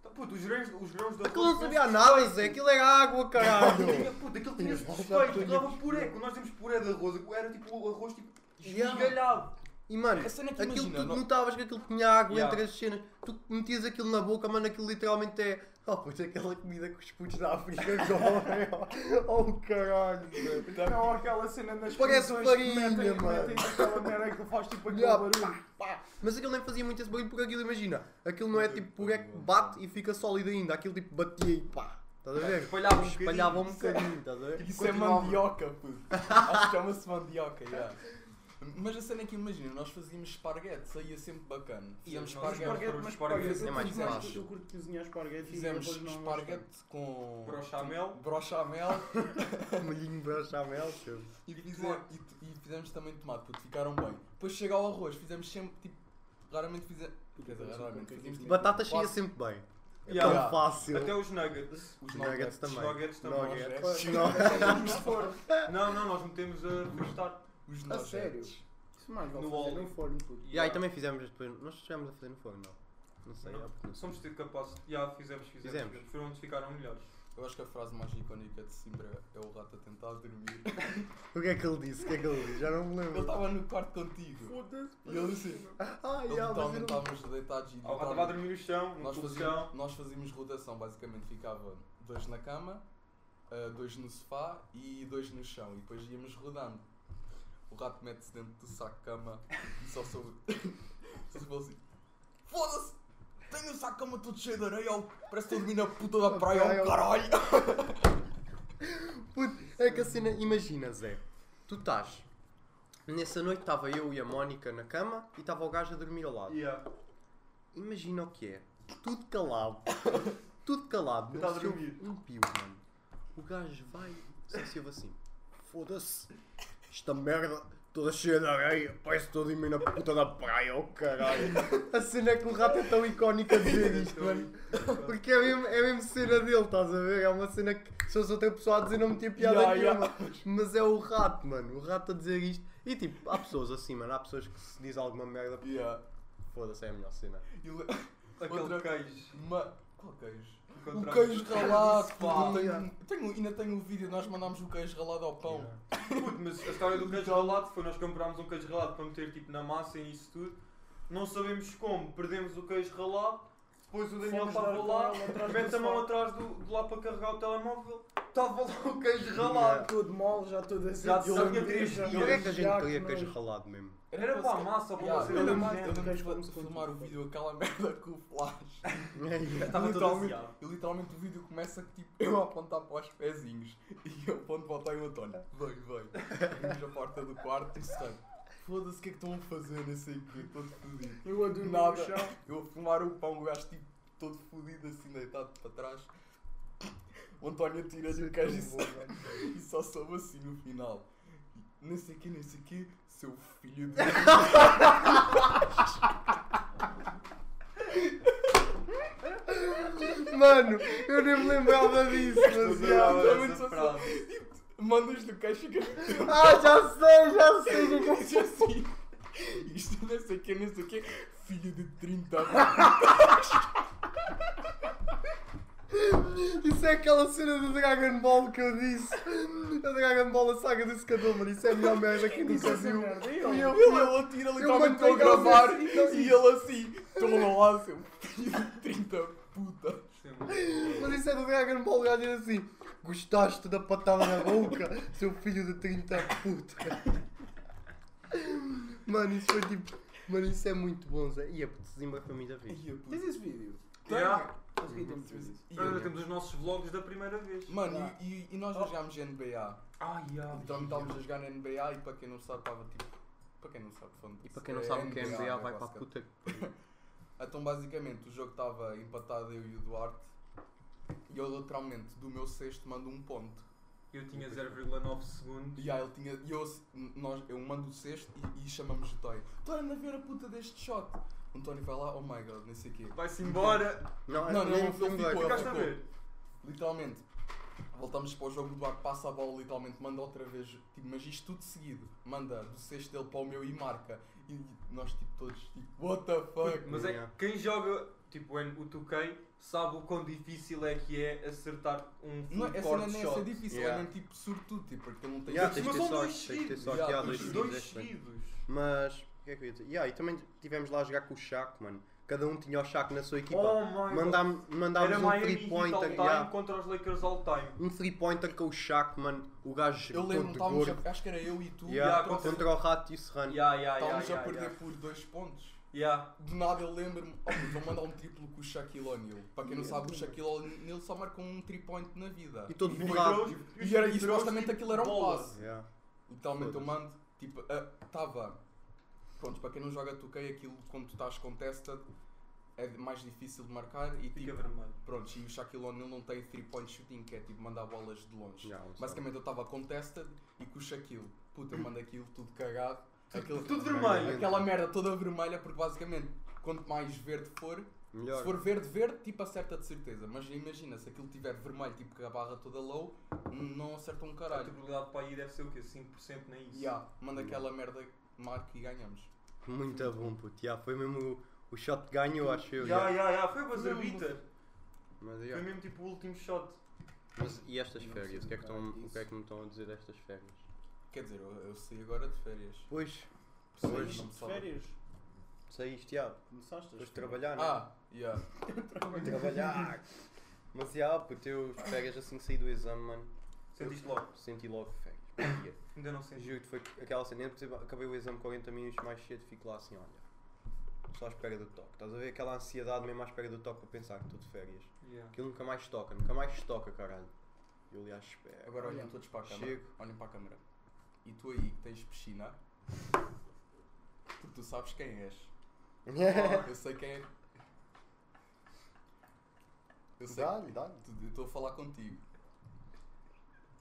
Speaker 3: tá, Puto, os grãos, os grãos de
Speaker 2: é Aquilo não
Speaker 3: arroz.
Speaker 2: sabia a nada, Zé. Aquilo era água, caralho.
Speaker 3: Tinha- Puto, aquilo tinha suspeito, dava puré. Quando nós temos puré de arroz, era tipo o arroz tipo
Speaker 2: Yeah.
Speaker 3: esmigalhado.
Speaker 2: E mano,
Speaker 4: A cena é que
Speaker 2: aquilo
Speaker 4: Então imagina,
Speaker 2: tu
Speaker 4: não-
Speaker 2: notavas que aquilo tinha água
Speaker 3: Yeah.
Speaker 2: entre as cenas, tu metias aquilo na boca, mano, aquilo literalmente é. Oh, pois aquela comida que os putos da África *laughs* comem, ó. oh caralho, mano.
Speaker 5: Não, aquela cena nas
Speaker 2: Parece
Speaker 5: prisões que
Speaker 2: farinha,
Speaker 5: metem-
Speaker 2: mano.
Speaker 5: metem aquela merda que faz tipo aquele
Speaker 2: Yeah,
Speaker 5: barulho.
Speaker 2: Mas aquilo nem fazia muito esse barulho porque aquilo, imagina, aquilo não é tipo puré que bate e fica sólido ainda, aquilo tipo batia e pá. Estás a ver?
Speaker 3: Espalhava *laughs* um bocadinho.
Speaker 2: Espalhava um bocadinho, estás a ver? *laughs*
Speaker 4: Isso é
Speaker 3: Continuava.
Speaker 4: mandioca, puto. Acho que chama-se mandioca, yeah. Mas a cena é que imagina, nós fazíamos esparguete, saía sempre bacana. Fizemos
Speaker 3: nós-
Speaker 4: esparguete,
Speaker 3: Esparguete, mas esparguete
Speaker 2: é mais fácil.
Speaker 5: Eu curto cozinhar esparguete. e
Speaker 4: fizemos
Speaker 5: depois não
Speaker 4: esparguete com
Speaker 3: Brochamel.
Speaker 4: brochamel
Speaker 2: Um Molhinho para chamel, chego.
Speaker 4: E, fize- e t- e fizemos também tomate, puto, ficaram bem. Depois chega ao arroz, fizemos sempre tipo. Raramente fizemos. Quer dizer, raramente fizemos tipo.
Speaker 2: Batata cheia
Speaker 4: quase-
Speaker 2: sempre bem. É
Speaker 3: Então, Yeah.
Speaker 2: tão fácil.
Speaker 3: Até os nuggets.
Speaker 4: Os
Speaker 2: Os nuggets também.
Speaker 3: nuggets também.
Speaker 2: Nuggets.
Speaker 4: Nuggets.
Speaker 2: Nuggets.
Speaker 3: Tá. Não, não, nós metemos a festar.
Speaker 4: Os
Speaker 5: A sério?
Speaker 4: nuggets.
Speaker 5: Isso mais vale
Speaker 3: No
Speaker 5: fazer
Speaker 3: óleo.
Speaker 5: no forno, puto.
Speaker 2: E aí também fizemos depois. Nós chegámos a fazer no forno, não? Não sei, é
Speaker 3: Não.
Speaker 2: há bocadinho.
Speaker 3: Somos de capazes. Já fizemos, fizemos.
Speaker 2: Fizemos.
Speaker 3: Foram onde ficaram melhores.
Speaker 4: Eu acho que a frase mais icónica de Simbra é o rato a tentar dormir.
Speaker 2: O que é que ele disse? O que é que ele tá- disse? Já não me
Speaker 4: Ele
Speaker 2: lembro.
Speaker 4: estava no quarto contigo.
Speaker 5: Foda-se.
Speaker 4: E ele disse.
Speaker 2: Ah,
Speaker 4: Ele
Speaker 2: já, mas
Speaker 4: literalmente
Speaker 2: eu não-
Speaker 4: estávamos deitados e
Speaker 3: Ah,
Speaker 4: literalmente-
Speaker 3: Estava a dormir no chão, no
Speaker 4: nós
Speaker 3: colchão.
Speaker 4: fazíamos, nós fazíamos rotação, basicamente ficava dois na cama, ah, dois no sofá e dois no chão e depois íamos rodando. O rato mete-se dentro do saco de cama e só soube. *laughs* só soube assim. Foda-se! Tenho o saco de cama todo cheio de areia, ó, parece que estou a dormir na puta da praia, ó, caralho!
Speaker 2: Puto, é que a cena. Imagina, Zé. Tu estás. Nessa noite estava eu e a Mónica na cama e estava o gajo a dormir ao lado.
Speaker 3: Yeah.
Speaker 2: Imagina o que é. Tudo calado. *coughs* Tudo calado.
Speaker 3: Eu
Speaker 2: não
Speaker 3: estava
Speaker 2: se
Speaker 3: a
Speaker 2: ouve
Speaker 3: dormir.
Speaker 2: Um pio, mano. O gajo vai. Só se ouve assim. Foda-se. Esta merda toda cheia de areia. Parece que estou a dormir na puta da praia, oh caralho. A cena é que o rato é tão icónico a dizer
Speaker 3: *laughs*
Speaker 2: isto, mano. Porque é a mesma é mesmo cena dele, estás a ver? É uma cena que se fosse outra pessoa a dizer não me tinha piada
Speaker 4: Ya, ya.
Speaker 2: nenhuma. Mas é o rato, mano. O rato a dizer isto. E tipo, há pessoas assim, mano. Há pessoas que se diz alguma merda.
Speaker 4: Yeah.
Speaker 2: Foda-se, é a melhor cena.
Speaker 4: E le-
Speaker 3: Aquele
Speaker 4: Outra-
Speaker 3: queijo.
Speaker 4: Ma... Qual queijo? O
Speaker 3: Encontramos.
Speaker 4: queijo ralado, pá!
Speaker 2: pá.
Speaker 4: Tenho, tenho- ainda tenho o vídeo, nós mandámos o queijo ralado ao pão.
Speaker 3: Puto, mas a história do queijo ralado foi nós comprámos um queijo ralado para meter tipo na massa e isso tudo. Não sabemos como, perdemos o queijo ralado. Depois o Daniel
Speaker 5: Fomos
Speaker 3: estava
Speaker 5: dar
Speaker 3: lá,
Speaker 5: com ela atrás do
Speaker 3: mete a mão
Speaker 5: sofá.
Speaker 3: atrás do, de lá para carregar o telemóvel. Estava lá o queijo ralado.
Speaker 5: Todo mole, já todo assim.
Speaker 3: Já sabia três
Speaker 5: já-
Speaker 3: dias.
Speaker 2: E onde é que a
Speaker 5: já
Speaker 2: gente queria queijo
Speaker 5: nojo.
Speaker 2: ralado mesmo?
Speaker 3: Era para a massa, para
Speaker 4: Yeah,
Speaker 3: você
Speaker 4: eu
Speaker 5: Era
Speaker 4: lembro-
Speaker 5: mais
Speaker 4: eu
Speaker 3: *laughs*
Speaker 5: do que
Speaker 4: lembro
Speaker 5: as
Speaker 4: de
Speaker 5: fontes
Speaker 4: é filmar o
Speaker 5: contidas.
Speaker 4: vídeo, aquela *laughs* merda com o flash.
Speaker 3: Estava todo
Speaker 4: Literalmente-
Speaker 3: aziado.
Speaker 4: E literalmente o vídeo começa que tipo, eu a apontar para os pezinhos e eu aponto para o pai e o António. Vem, vem. Abrimos a porta do quarto e sai. foda-se, o que é que estão a fazer? Não sei o quê, todo fodido.
Speaker 5: Eu a dormir
Speaker 4: Nada.
Speaker 5: no chão.
Speaker 4: Eu a fumar o pão, o gajo tipo todo fodido, assim deitado para trás. O António tira-lhe o queijo e só- *laughs* e só soube assim no final. Não sei o quê, não sei o quê, seu filho
Speaker 2: *laughs*
Speaker 4: de. *laughs*
Speaker 2: Mano, eu nem me lembrava disso, mas assim. já,
Speaker 4: Não,
Speaker 2: mano.
Speaker 4: não, só- Mandas do queijo e fica
Speaker 2: Ah, já sei, já sei. o que é que é.
Speaker 4: Diz assim. Isto não sei o quê, não sei o quê, filho de 30 anos.
Speaker 2: Isso é aquela cena do Dragon Ball que eu disse. A Dragon Ball, a saga do secador, mano. Isso é a melhor merda que assim. nunca
Speaker 5: Essa
Speaker 2: viu.
Speaker 5: merda,
Speaker 4: Eu,
Speaker 5: eu.
Speaker 4: eu, ele atira literalmente para
Speaker 2: mandei
Speaker 4: gravar
Speaker 2: ele assim,
Speaker 4: e ele assim, toma lá, seu filho de 30 puta.
Speaker 3: Sim, mano.
Speaker 2: Mas isso é do Dragon Ball, o gajo diz assim: Gostaste da patada na boca, seu filho de 30 puta. Mano, isso foi tipo. Mano, isso é muito bom, Zé. E a Zimbra foi muito fixe.
Speaker 4: Ia, puta.
Speaker 5: Tens esse vídeo?
Speaker 3: Yeah.
Speaker 5: Acho que temos vídeo.
Speaker 4: Ia,
Speaker 3: Agora
Speaker 4: ia.
Speaker 3: temos os nossos vlogs da primeira vez.
Speaker 4: Mano,
Speaker 2: Ah.
Speaker 4: e, e- e nós
Speaker 5: Oh.
Speaker 4: jogámos NBA.
Speaker 3: Ai, ai.
Speaker 4: Então estávamos a jogar na NBA e para quem não sabe estava tipo. Para quem não sabe, pronto,
Speaker 2: E para quem não
Speaker 4: é
Speaker 2: sabe o que é NBA,
Speaker 4: né,
Speaker 2: vai para a
Speaker 4: basicamente.
Speaker 2: puta.
Speaker 4: Então basicamente o jogo estava empatado eu e o Duarte. E eu literalmente do meu sexto mando um ponto.
Speaker 3: Eu tinha 0,9 segundos.
Speaker 4: E aí ele tinha. E eu, nós, eu mando o sexto e, e chamamos o Toy. Toy, anda é ver a puta deste shot. O António vai lá, oh my god, nem sei o quê.
Speaker 3: Vai-se embora.
Speaker 2: Não,
Speaker 4: Não, não,
Speaker 2: nem-
Speaker 4: não
Speaker 2: nem
Speaker 4: ficou.
Speaker 2: vai.
Speaker 3: Ficaste a ver?
Speaker 4: Literalmente. Voltamos para o jogo, o Duarte passa a bola, literalmente manda outra vez, tipo, mas isto tudo seguido. Manda do sexto dele para o meu e marca. E nós, tipo, todos, tipo, what the fuck?
Speaker 3: Mas é
Speaker 2: Yeah.
Speaker 3: que quem joga, tipo o 2K, sabe o quão difícil é que é acertar um
Speaker 4: Não,
Speaker 3: full
Speaker 4: essa não
Speaker 3: court
Speaker 4: é
Speaker 3: shot.
Speaker 4: essa difícil,
Speaker 2: Yeah.
Speaker 4: é mesmo tipo sortudo, tipo, porque ele não tem
Speaker 2: Yeah,
Speaker 3: Mas
Speaker 2: tens de ter
Speaker 3: são
Speaker 2: sorte,
Speaker 3: dois
Speaker 2: tens de ter
Speaker 3: seguidos.
Speaker 2: sorte.
Speaker 4: Yeah,
Speaker 2: Yeah,
Speaker 4: tens
Speaker 2: dois
Speaker 3: Os dois
Speaker 2: seguidos, é excelente.
Speaker 3: seguidos.
Speaker 2: Mas, o que é que eu ia dizer? Yeah, e também estivemos lá a jogar com o Chaco, mano. Cada um tinha o Chaco na sua equipa.
Speaker 3: Oh my
Speaker 2: Mandá-
Speaker 3: god. Era
Speaker 2: Mandávamos um
Speaker 3: Miami Heat all
Speaker 2: three-pointer.
Speaker 3: time
Speaker 2: yeah.
Speaker 3: contra os Lakers all time.
Speaker 2: Um three-pointer com o Chaco, mano. O gajo
Speaker 4: Eu lembro,
Speaker 2: todo
Speaker 4: estávamos
Speaker 2: gordo.
Speaker 4: a. Acho que era eu e tu,
Speaker 2: Yeah,
Speaker 3: Yeah, contra-
Speaker 2: Contra o Rato e o Serrano.
Speaker 3: Yeah, yeah, yeah,
Speaker 4: estávamos a
Speaker 3: yeah,
Speaker 4: perder
Speaker 3: yeah.
Speaker 4: por dois pontos.
Speaker 3: Yeah.
Speaker 4: Do nada eu lembro-me, oh, puto, vou mandar um triplo com o Shaquille O'Neal. Para quem não sabe, o Shaquille O'Neal só marcou um 3-point na vida.
Speaker 2: E todo
Speaker 3: E os
Speaker 2: borrado.
Speaker 3: throws- os
Speaker 4: E, era, e
Speaker 3: throws,
Speaker 4: supostamente
Speaker 3: tipo,
Speaker 4: aquilo era um
Speaker 3: bola.
Speaker 4: passe.
Speaker 2: Yeah.
Speaker 4: Literalmente eu mando, tipo, estava. Pronto, para quem não joga 2K, aquilo quando tu estás contested é mais difícil de marcar e
Speaker 3: Fica
Speaker 4: tipo.
Speaker 3: vermelho.
Speaker 4: Pronto, e o Shaquille O'Neal não tem 3-point shooting, que é tipo mandar bolas de longe.
Speaker 2: Yeah, um sabe.
Speaker 4: Basicamente eu estava contested e com o Shaquille. Puta, eu mando aquilo tudo cagado. Aquilo,
Speaker 3: Tudo
Speaker 2: vermelho.
Speaker 3: vermelho.
Speaker 4: aquela merda toda vermelha, porque basicamente quanto mais verde for,
Speaker 2: Melhor.
Speaker 4: se for verde, verde, tipo acerta de certeza. Mas imagina, se aquilo tiver vermelho, tipo que a barra toda low, não acerta um
Speaker 3: A
Speaker 4: caralho.
Speaker 3: probabilidade para aí deve ser o quê? 5% nem isso.
Speaker 4: Ya, manda aquela merda, marca e ganhamos.
Speaker 2: Muito bom, puto. Yeah, foi mesmo o, o shot que ganhou, acho eu.
Speaker 3: Yeah,
Speaker 2: yeah.
Speaker 3: yeah, yeah. Foi o buzzer
Speaker 4: Não,
Speaker 3: beater.
Speaker 2: Mas,
Speaker 3: Foi
Speaker 2: yeah.
Speaker 3: mesmo tipo o último shot.
Speaker 2: Mas e estas
Speaker 4: Não
Speaker 2: férias?
Speaker 4: preciso
Speaker 2: O que, é que
Speaker 4: falar
Speaker 2: estão, o
Speaker 4: disso.
Speaker 2: que é que me estão a dizer destas férias?
Speaker 4: Quer dizer, eu, eu saí agora de férias.
Speaker 2: Pois,
Speaker 4: Por isso
Speaker 2: Hoje,
Speaker 4: não
Speaker 5: Saíste
Speaker 4: me
Speaker 5: de
Speaker 4: fala.
Speaker 5: férias?
Speaker 2: saíste, yeah.
Speaker 5: Começaste a
Speaker 2: Depois de trabalhar, né?
Speaker 4: Ah, ya.
Speaker 2: Trabalhar. Mas, yeah, puto, eu de férias assim que saí do exame, mano.
Speaker 3: Sentiste logo.
Speaker 2: Senti logo férias. Bom dia.
Speaker 3: Ainda não senti.
Speaker 2: Juro-te, foi aquela cena. Eu, por exemplo, acabei o exame 40 minutos mais cedo, fico lá assim, olha. Só à espera do toque. Estás a ver aquela ansiedade mesmo à espera do toque para pensar que estou de férias.
Speaker 3: Yeah.
Speaker 2: Aquilo nunca mais toca, nunca mais toca, caralho. Eu ali à espera.
Speaker 4: *laughs* Agora olhem
Speaker 5: Olha,
Speaker 4: todos para a câmara.
Speaker 2: chego.
Speaker 4: Olhem para a câmara. E tu aí que tens piscina, porque tu sabes quem és.
Speaker 2: *laughs*
Speaker 4: eu sei quem é. Eu sei.
Speaker 2: Dá-lhe, dá-lhe.
Speaker 4: Tu- Eu estou a falar contigo.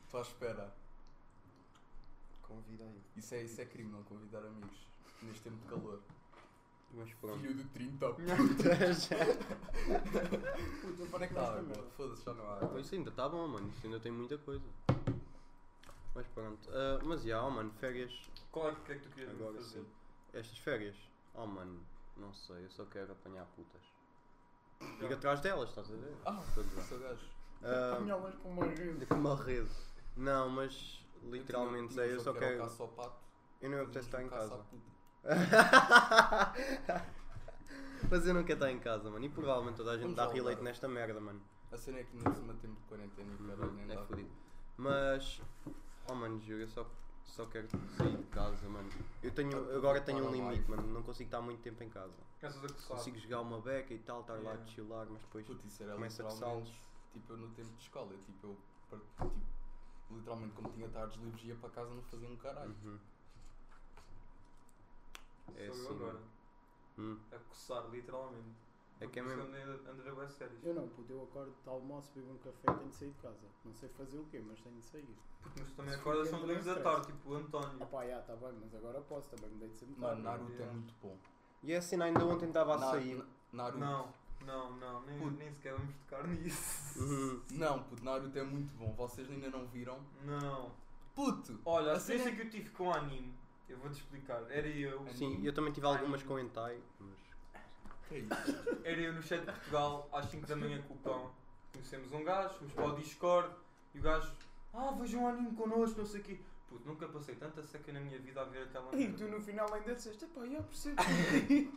Speaker 4: Estou à espera.
Speaker 2: Convida aí.
Speaker 4: Isso é, isso é crime, não convidar amigos. Neste tempo de calor.
Speaker 2: Mas pronto.
Speaker 4: Filho de
Speaker 2: *laughs*
Speaker 4: 30
Speaker 5: Puta,
Speaker 4: Onde é que está a
Speaker 5: para esta
Speaker 4: água?
Speaker 5: merda.
Speaker 4: Foda-se, já não há
Speaker 2: Pô,
Speaker 4: água.
Speaker 2: Isso ainda está bom, mano. Isso ainda tem muita coisa. Mas pronto. Ah, mas já, oh, mano, férias.
Speaker 3: Qual é que, o que é que tu querias mesmo
Speaker 2: Agora
Speaker 3: fazer?
Speaker 2: sim. Estas férias. Oh, mano, não sei. Eu só quero apanhar putas. Fico atrás delas, estás a ver?
Speaker 4: Ah,
Speaker 2: Tudo bem.
Speaker 4: sou gajo.
Speaker 2: Ah,
Speaker 5: Apanhá-las com uma rede.
Speaker 2: De que uma rede. Não, mas literalmente é,
Speaker 4: tinha-
Speaker 2: eu,
Speaker 4: tinha
Speaker 2: eu
Speaker 4: um
Speaker 2: só
Speaker 4: jogo que era o
Speaker 2: quero.
Speaker 4: Caça ao pato.
Speaker 2: Eu não
Speaker 4: Tínhamos
Speaker 2: apetece estar
Speaker 4: um
Speaker 2: em
Speaker 4: caça à
Speaker 2: casa.
Speaker 4: puta.
Speaker 2: *laughs* mas eu não quero estar em casa, mano. E provavelmente toda a gente
Speaker 4: Vamos
Speaker 2: dá
Speaker 4: lá,
Speaker 2: relate
Speaker 4: cara.
Speaker 2: nesta merda, mano.
Speaker 4: A cena é que ainda se mantém de quarentena e caralho, nem
Speaker 2: É
Speaker 4: dá.
Speaker 2: fodido. Mas. Oh mano, juro, eu só, só quero sair de casa, mano. Eu tenho, eu agora tenho um limite, mano. Não consigo estar muito tempo em casa.
Speaker 3: Começas a coçar.
Speaker 2: Consigo jogar uma beca e tal, estar lá
Speaker 3: Yeah.
Speaker 2: a chilar, mas depois.
Speaker 4: Puto, isso era
Speaker 2: Começa a
Speaker 4: literalmente, tipo, eu no tempo de escola, eu, tipo, eu, par- tipo, literalmente, como tinha tardes livres, ia para casa não fazia um caralho.
Speaker 2: Uhum. É
Speaker 3: Sou eu
Speaker 2: assim,
Speaker 3: agora.
Speaker 2: Hum.
Speaker 3: A coçar, literalmente.
Speaker 2: É que é
Speaker 3: Por isso
Speaker 2: mesmo.
Speaker 3: andei- Andei bem séries.
Speaker 5: Eu não, puto, eu acordo de almoço, bebo um café e tenho de sair de casa. Não sei fazer o quê, mas tenho de sair.
Speaker 3: Porque mas também
Speaker 5: Se
Speaker 3: acordas
Speaker 5: for
Speaker 3: são
Speaker 5: tempo,
Speaker 3: dois da
Speaker 5: não interessa.
Speaker 3: tarde, tipo António.
Speaker 5: Ah pá, já, tá bem, mas agora posso, também me dei de um sempre
Speaker 4: Mano,
Speaker 5: tarde.
Speaker 3: Uhum.
Speaker 4: Naruto é
Speaker 3: Tá, Yeah.
Speaker 4: muito bom.
Speaker 2: E é assim, ainda ontem estava a
Speaker 4: Na-
Speaker 2: sair.
Speaker 4: na- Naruto.
Speaker 3: Não, não, não, nem,
Speaker 4: Puto.
Speaker 3: nem sequer vamos tocar nisso.
Speaker 2: Uhum.
Speaker 4: Não, puto, Naruto é muito bom. Vocês ainda não viram?
Speaker 3: Não.
Speaker 4: Puto!
Speaker 3: Olha, a
Speaker 4: A cena
Speaker 3: experiência que eu tive com o anime, eu vou-te explicar. Era eu,
Speaker 2: Sim, eu também tive algumas com hentai, mas.
Speaker 4: Que é isso?
Speaker 3: era eu no chat de Portugal, às 5 da manhã com o pão. Conhecemos um gajo, fomos para o Discord e o gajo, ah, vejam um anime connosco, não sei o quê. Puto, nunca passei tanta seca na minha vida a ver aquela.
Speaker 5: E tu no final ainda disseste, pá, já percebo,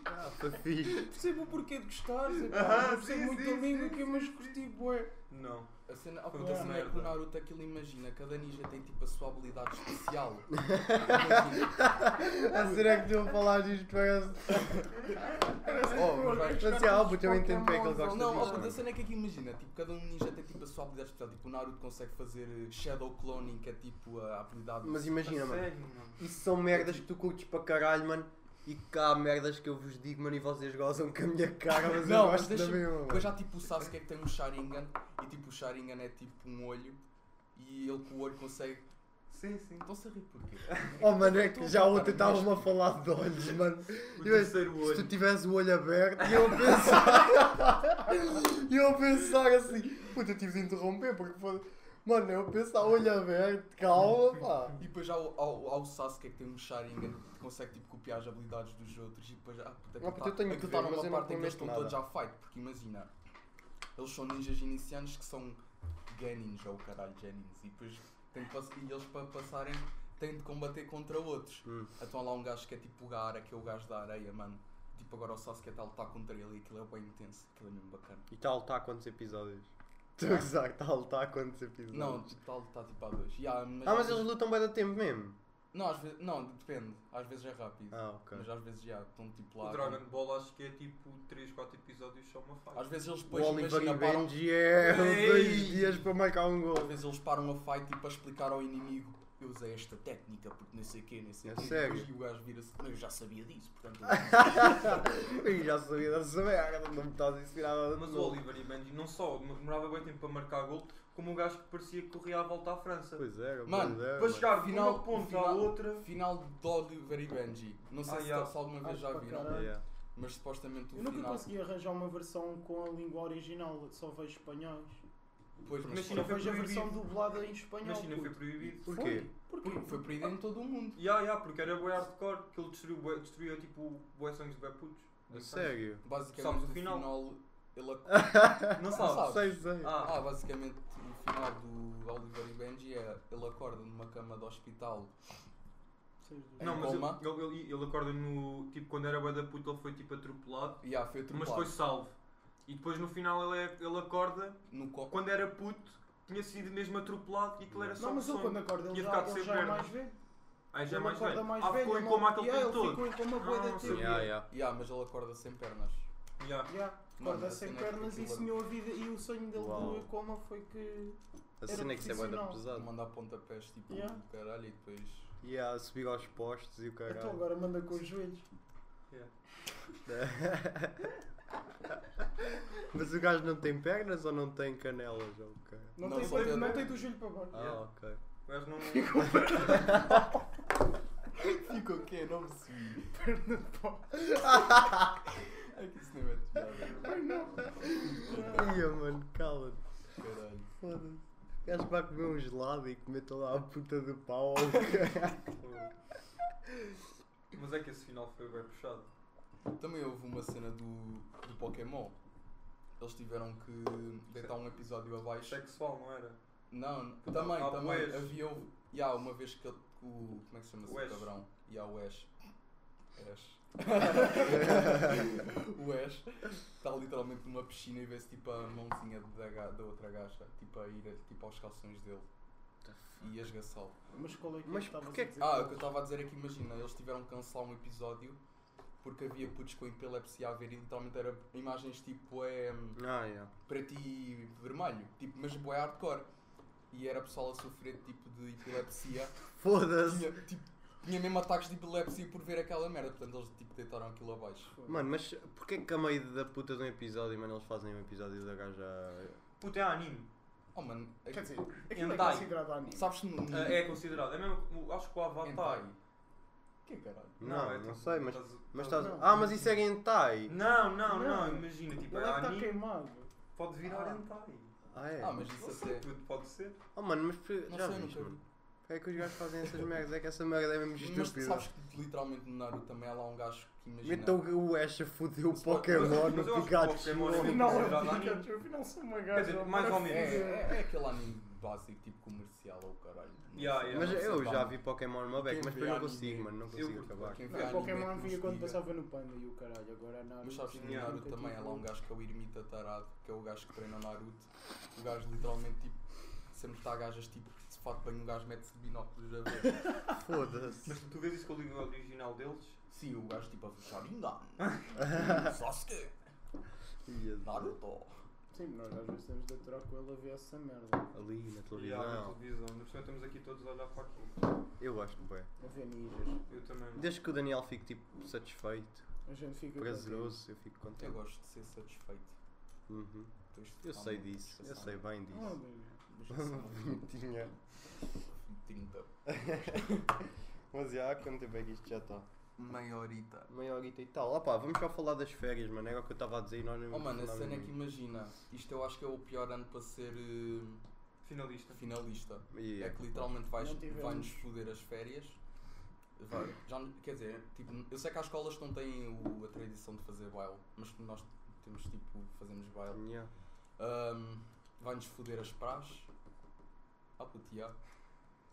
Speaker 2: Ah, foi fixe.
Speaker 5: percebo o porquê de gostares, epá,
Speaker 3: Aham,
Speaker 5: não percebo
Speaker 3: sim,
Speaker 5: muito
Speaker 3: sim,
Speaker 5: a língua
Speaker 3: sim,
Speaker 5: aqui,
Speaker 3: sim,
Speaker 5: mas
Speaker 3: sim.
Speaker 5: curti, bué.
Speaker 3: Não.
Speaker 4: A cena, a
Speaker 3: Puta
Speaker 4: puta cena é
Speaker 3: merda.
Speaker 4: que o Naruto aquilo imagina, cada ninja tem tipo a sua habilidade especial. Imagina.
Speaker 2: *laughs* A será que deu a falar disto parece.
Speaker 4: Oh, mas vai-
Speaker 2: Mas é algo, eu entendo bem que ele gosta
Speaker 4: Não, ó,
Speaker 2: disto.
Speaker 4: puto, a
Speaker 2: mano.
Speaker 4: cena é que aqui imagina, tipo, cada um ninja tem tipo a sua habilidade especial. Tipo, o Naruto consegue fazer eh, Shadow Cloning, que é tipo a habilidade.
Speaker 2: Mas imagina,
Speaker 3: a
Speaker 2: mano.
Speaker 3: sério, mano.
Speaker 2: Isso são merdas que tu curtes para caralho, mano. E cá há merdas que eu vos digo, mano, e vocês gozam com a minha cara, mas eu
Speaker 4: Não, mas
Speaker 2: gosto da
Speaker 4: deixa-
Speaker 2: mesma, mano.
Speaker 4: Depois há tipo o Sasuke que tem um Sharingan e tipo o Sharingan é tipo um olho e ele com o olho consegue.
Speaker 3: Sim, sim.
Speaker 4: Estão-se a rir porquê?
Speaker 2: Oh, mano, é que já ontem
Speaker 4: Cara,
Speaker 2: estávamos a falar de olhos, mano.
Speaker 3: O
Speaker 2: Eu-
Speaker 3: terceiro
Speaker 2: Se tu
Speaker 3: olho.
Speaker 2: tivesse o olho aberto, e eu a pensar. *laughs* e eu a pensar assim. Puta, eu tive de interromper, porque foi. Mano, eu a pensar, olho aberto, calma, pá.
Speaker 4: E depois há o, há, o- há o Sasuke que tem um Sharingan que consegue tipo, copiar as habilidades dos outros e depois ah, puta,
Speaker 2: Ah, puta, eu tenho que
Speaker 4: aquilo
Speaker 2: ver,
Speaker 4: tá
Speaker 2: mas
Speaker 4: numa
Speaker 2: eu não
Speaker 4: parte em que
Speaker 2: prometo
Speaker 4: eles estão
Speaker 2: nada.
Speaker 4: todos à fight, porque imagina, eles são ninjas iniciantes que são Genins ou caralho Genins e depois têm de pass- e eles para passarem têm de combater contra outros.
Speaker 2: Hum.
Speaker 4: Então há lá um gajo que é tipo o Gaara, que é o gajo da areia, mano. Tipo agora o Sasuke está a lutar contra ele e aquilo é bem intenso, aquilo é mesmo bacana.
Speaker 2: E tal, está a quantos episódios? Estou a gozar, tal, está a quantos episódios?
Speaker 4: Não, está tá, tipo a dois. E há-
Speaker 2: Uhum. Ah, mas
Speaker 4: às
Speaker 2: eles
Speaker 4: vezes-
Speaker 2: lutam bem da tempo mesmo.
Speaker 4: não, às vezes, não, depende. Às vezes é rápido.
Speaker 2: Ah, ok.
Speaker 4: Mas às vezes já estão tipo lá.
Speaker 3: O Dragon Ball acho que é tipo 3, 4 episódios só uma
Speaker 4: Às
Speaker 3: fase.
Speaker 4: vezes eles
Speaker 2: O
Speaker 4: depois
Speaker 2: Oliver e
Speaker 4: imagina, param,
Speaker 2: Benji é
Speaker 3: Ei!
Speaker 2: dois dias para marcar um
Speaker 4: às
Speaker 2: gol.
Speaker 4: vezes eles param a fight tipo, para explicar ao inimigo. Eu usei esta técnica porque não sei o quê, não sei
Speaker 2: É
Speaker 4: o quê. E
Speaker 2: sério?
Speaker 4: depois- E o gajo vira-se. "Não, Eu já sabia disso, portanto.
Speaker 2: Eu já sabia dessa merda, não me estás a ensinar nada. de
Speaker 3: Mas o
Speaker 2: novo.
Speaker 3: Oliver e Benji não só demorava bem tempo para marcar gol, como o gajo que parecia que corria à volta à França.
Speaker 2: Pois era,
Speaker 4: Mano,
Speaker 2: pois era.
Speaker 3: Para
Speaker 2: mano.
Speaker 3: chegar de
Speaker 4: Final-
Speaker 3: uma ponta à
Speaker 4: final-
Speaker 3: outra.
Speaker 4: Final do Oliver e Benji. Não sei
Speaker 3: Ah,
Speaker 4: se,
Speaker 3: yeah.
Speaker 4: se alguma vez
Speaker 5: Ah,
Speaker 4: já
Speaker 5: pra
Speaker 4: viram,
Speaker 5: caralho.
Speaker 2: Yeah.
Speaker 4: mas supostamente o
Speaker 5: Eu nunca
Speaker 4: final.
Speaker 5: consegui arranjar uma versão com a língua original, só vejo espanhóis.
Speaker 4: Pois, mas
Speaker 3: Imagina,
Speaker 5: Só
Speaker 3: foi
Speaker 5: vejo a versão
Speaker 3: proibido.
Speaker 5: dublada em espanhol.
Speaker 3: Na China foi
Speaker 5: puto.
Speaker 3: proibido.
Speaker 2: Porquê?
Speaker 5: Foi? Porquê?
Speaker 4: foi, foi proibido em todo o mundo.
Speaker 3: Ya, ya, porque era bué hardcore, que ele destruiu, bué, destruiu tipo bué sangues de bué putos.
Speaker 2: A sério?
Speaker 4: Basicamente
Speaker 3: Sabes
Speaker 4: o
Speaker 3: o final?
Speaker 4: final. ele ac-
Speaker 3: Não
Speaker 4: Não
Speaker 3: sabe?
Speaker 4: sabe.
Speaker 2: Sei, sei.
Speaker 3: Ah,
Speaker 4: Ah, basicamente o final do Oliver e Benji é ele acorda numa cama de hospital.
Speaker 5: Vocês dois.
Speaker 3: não, mas
Speaker 4: coma.
Speaker 3: ele, ele, ele- ele acorda no... Tipo, quando era bué da puta ele foi tipo atropelado,
Speaker 4: E ah, foi
Speaker 3: mas
Speaker 4: atropelado.
Speaker 3: foi salvo. E depois no final ele, é- ele acorda,
Speaker 4: no co-
Speaker 3: quando era puto, tinha sido mesmo atropelado e aquilo era só
Speaker 5: Não, mas
Speaker 3: um
Speaker 5: ele
Speaker 3: sonho.
Speaker 5: quando acorda, ele
Speaker 3: Ia
Speaker 5: já,
Speaker 3: ficar
Speaker 5: ele
Speaker 3: sem
Speaker 5: já é
Speaker 3: pernas.
Speaker 5: mais velho.
Speaker 3: Aí já é
Speaker 5: Ele
Speaker 3: mais
Speaker 5: acorda
Speaker 3: velho. Ah,
Speaker 5: velho,
Speaker 3: ficou em
Speaker 5: ele
Speaker 3: coma
Speaker 5: não-
Speaker 3: aquele
Speaker 5: Yeah,
Speaker 3: tempo
Speaker 5: ele
Speaker 3: todo.
Speaker 5: ficou em coma bué
Speaker 3: Ah,
Speaker 5: da
Speaker 3: sim,
Speaker 5: tempo.
Speaker 2: Yeah, yeah.
Speaker 4: Yeah, ah, mas ele acorda sem pernas.
Speaker 3: Ya.
Speaker 5: Yeah,
Speaker 4: Mano,
Speaker 5: Acorda
Speaker 4: a
Speaker 5: sem
Speaker 4: cena é que
Speaker 5: pernas e
Speaker 4: aquilo é-
Speaker 5: sonhou a vida e o sonho dele
Speaker 2: Uau.
Speaker 5: do coma foi que...
Speaker 2: A
Speaker 5: Era
Speaker 2: cena é que isso é bué da
Speaker 5: profissional.
Speaker 2: pesado.
Speaker 4: Ele manda pontapés tipo
Speaker 5: Yeah.
Speaker 4: do caralho e depois.
Speaker 2: E a subir aos postes e o
Speaker 5: Então
Speaker 2: caralho.
Speaker 5: agora manda com os joelhos.
Speaker 2: Mas o gajo não tem pernas ou não tem canelas? ou o caralho?
Speaker 5: Não,
Speaker 4: Não,
Speaker 5: tem,
Speaker 4: só
Speaker 5: tem-
Speaker 4: tem-
Speaker 5: não tem do joelho para baixo.
Speaker 2: Ah, ok. *laughs*
Speaker 3: O gajo não...
Speaker 5: *laughs*
Speaker 4: Fica o quê? Não percebi. é que isso não é de piada.
Speaker 2: Ia, mano, cala-te.
Speaker 4: Caralho.
Speaker 2: Foda-se. O gajo vai comer um gelado e comer toda a puta do pau. ou o caralho.
Speaker 3: Mas é que esse final foi bem puxado.
Speaker 4: Também houve uma cena do, do Pokémon. Eles tiveram que deitar um episódio
Speaker 2: É
Speaker 4: abaixo.
Speaker 3: Sexual, não era?
Speaker 4: Não, não.
Speaker 3: Puta,
Speaker 4: também,
Speaker 3: há
Speaker 4: também.
Speaker 3: bués.
Speaker 4: Havia houve- e há uma vez que ele. O, como é que se chama
Speaker 3: O
Speaker 4: o
Speaker 3: Ash.
Speaker 4: cabrão? E há o Ash. Ash. o Ash está literalmente numa piscina e vê-se tipo a mãozinha da, ga- da outra gaja, tipo a ir tipo aos calções dele. E a esgaçá-lo.
Speaker 5: Mas qual é que
Speaker 2: Mas
Speaker 5: é que estavas
Speaker 2: porquê
Speaker 5: a
Speaker 2: que-
Speaker 5: dizer?
Speaker 4: Ah, o que eu estava a dizer é que imagina, eles tiveram que cancelar um episódio porque havia putos com epilepsia a ver e literalmente era imagens tipo é,
Speaker 2: Ah, yeah.
Speaker 4: preto e vermelho, tipo, mas boé
Speaker 2: *laughs*
Speaker 4: hardcore. E era pessoal a sofrer tipo de epilepsia.
Speaker 2: Foda-se.
Speaker 4: Tinha, tipo, Tinha mesmo ataques de epilepsia por ver aquela merda, portanto eles tipo deitaram aquilo abaixo.
Speaker 2: Mano, mas porquê que a meio da puta de um episódio, mano, eles fazem um episódio da gaja.
Speaker 3: Puta, é anime.
Speaker 4: Oh mano, é-
Speaker 5: Quer dizer, aquilo é
Speaker 3: Hentai.
Speaker 5: considerado anime.
Speaker 4: sabes que
Speaker 2: Hum.
Speaker 3: Ah, é considerado. É mesmo, o- acho que o Avatar.
Speaker 4: Hentai. Que caralho?
Speaker 2: Não,
Speaker 3: é
Speaker 2: não
Speaker 3: tipo-
Speaker 2: sei, mas.
Speaker 3: estás-
Speaker 2: mas
Speaker 3: estás-
Speaker 2: estás...
Speaker 5: Não.
Speaker 2: Ah, mas isso é hentai!
Speaker 3: Não, não, não,
Speaker 5: Não.
Speaker 3: imagina, tipo,
Speaker 5: Ele é que está
Speaker 3: anime
Speaker 5: queimado.
Speaker 3: pode virar
Speaker 5: Ah.
Speaker 3: hentai.
Speaker 2: Ah, é?
Speaker 4: Ah, mas
Speaker 3: Não
Speaker 4: isso
Speaker 3: sei,
Speaker 4: até.
Speaker 3: tudo pode ser.
Speaker 2: Oh, mano, mas por-
Speaker 4: Não
Speaker 2: já
Speaker 4: sei,
Speaker 2: viste,
Speaker 4: nunca
Speaker 2: mano? Porquê é que os gajos fazem essas merdas? É que essa merda é mesmo
Speaker 4: Mas
Speaker 2: estúpida.
Speaker 4: tu sabes que literalmente no Naruto também há lá um gajo que imagina.
Speaker 2: Então o Ash fodeu o Pokémon
Speaker 3: Mas eu acho
Speaker 2: no
Speaker 3: que o
Speaker 2: Pikachu.
Speaker 3: Pokémon é
Speaker 5: Não,
Speaker 3: considerado
Speaker 5: eu
Speaker 3: anime.
Speaker 5: fico- eu afinal sou uma gaja.
Speaker 3: Quer dizer, mais ou menos.
Speaker 4: é,
Speaker 5: É,
Speaker 4: é aquele anime básico, tipo comercial ou caralho.
Speaker 3: Yeah,
Speaker 4: Não sei, é
Speaker 3: yeah.
Speaker 4: não
Speaker 2: Mas
Speaker 4: sei,
Speaker 2: eu
Speaker 4: pá.
Speaker 2: já vi Pokémon uma beca,
Speaker 4: Quem
Speaker 2: mas
Speaker 4: vê
Speaker 2: depois não
Speaker 4: anime,
Speaker 2: consigo, mano, não
Speaker 3: eu
Speaker 2: consigo
Speaker 3: curto
Speaker 2: acabar.
Speaker 4: Quem vê
Speaker 5: Não,
Speaker 4: anime
Speaker 5: Pokémon
Speaker 4: é que nos
Speaker 5: vinha quando
Speaker 4: diga.
Speaker 5: passava no Panda e o caralho, agora não.
Speaker 4: Mas sabes que no
Speaker 3: Yeah.
Speaker 4: Naruto também há lá um gajo que é o Irmita Tarado, que é o gajo que treina o Naruto. O gajo literalmente tipo. Sempre está gajas tipo, se fato bem um gajo mete-se de binóculos a
Speaker 2: *laughs*
Speaker 4: ver.
Speaker 2: Foda-se.
Speaker 3: Mas tu vês isso com a língua original deles?
Speaker 4: Sim, o gajo tipo a fechar ainda.
Speaker 2: *laughs*
Speaker 4: Sasuke, Naruto.
Speaker 5: Sim, nós às vezes temos de aturar com ele a ver essa merda.
Speaker 2: Ali na
Speaker 3: Yeah, na
Speaker 2: televisão.
Speaker 3: televisão. Ainda por cima estamos aqui todos a olhar para aquilo.
Speaker 2: Eu gosto bem.
Speaker 5: A ver ninjas.
Speaker 3: Eu também.
Speaker 2: Desde que o Daniel fique tipo satisfeito,
Speaker 5: A gente fica.
Speaker 2: prazeroso, eu fico
Speaker 4: Eu Tá
Speaker 2: contente.
Speaker 4: gosto de ser satisfeito.
Speaker 2: Uhum.
Speaker 4: Tens de
Speaker 2: Eu
Speaker 4: ficar
Speaker 2: sei
Speaker 4: muito
Speaker 2: disso, eu
Speaker 4: satisfação.
Speaker 2: sei bem
Speaker 5: contente. Ah,
Speaker 2: disso.
Speaker 5: bem.
Speaker 4: Mas eu sou muito
Speaker 2: Tinha.
Speaker 4: tinta.
Speaker 2: *laughs* Mas já, há quanto tempo é que isto já está?
Speaker 4: um *laughs* Maiorita.
Speaker 2: Meia horita e tal. Opá, vamos cá falar das férias, mano. Era o que eu estava a dizer e nós nem
Speaker 4: Oh mano, a
Speaker 2: falámos
Speaker 4: cena é
Speaker 2: muito.
Speaker 4: que imagina, isto eu acho que é o pior ano para ser eh,
Speaker 3: Finalista.
Speaker 4: finalista. É
Speaker 2: Yeah.
Speaker 4: que literalmente vais,
Speaker 5: Não tivemos.
Speaker 4: vai-nos foder as férias. Vai- já, quer dizer, tipo, eu sei que há escolas que não têm o- a tradição de fazer baile, mas que nós temos tipo, fazemos baile.
Speaker 2: Yeah.
Speaker 4: Ahm, vai-nos foder as praxes. Ah puto, já.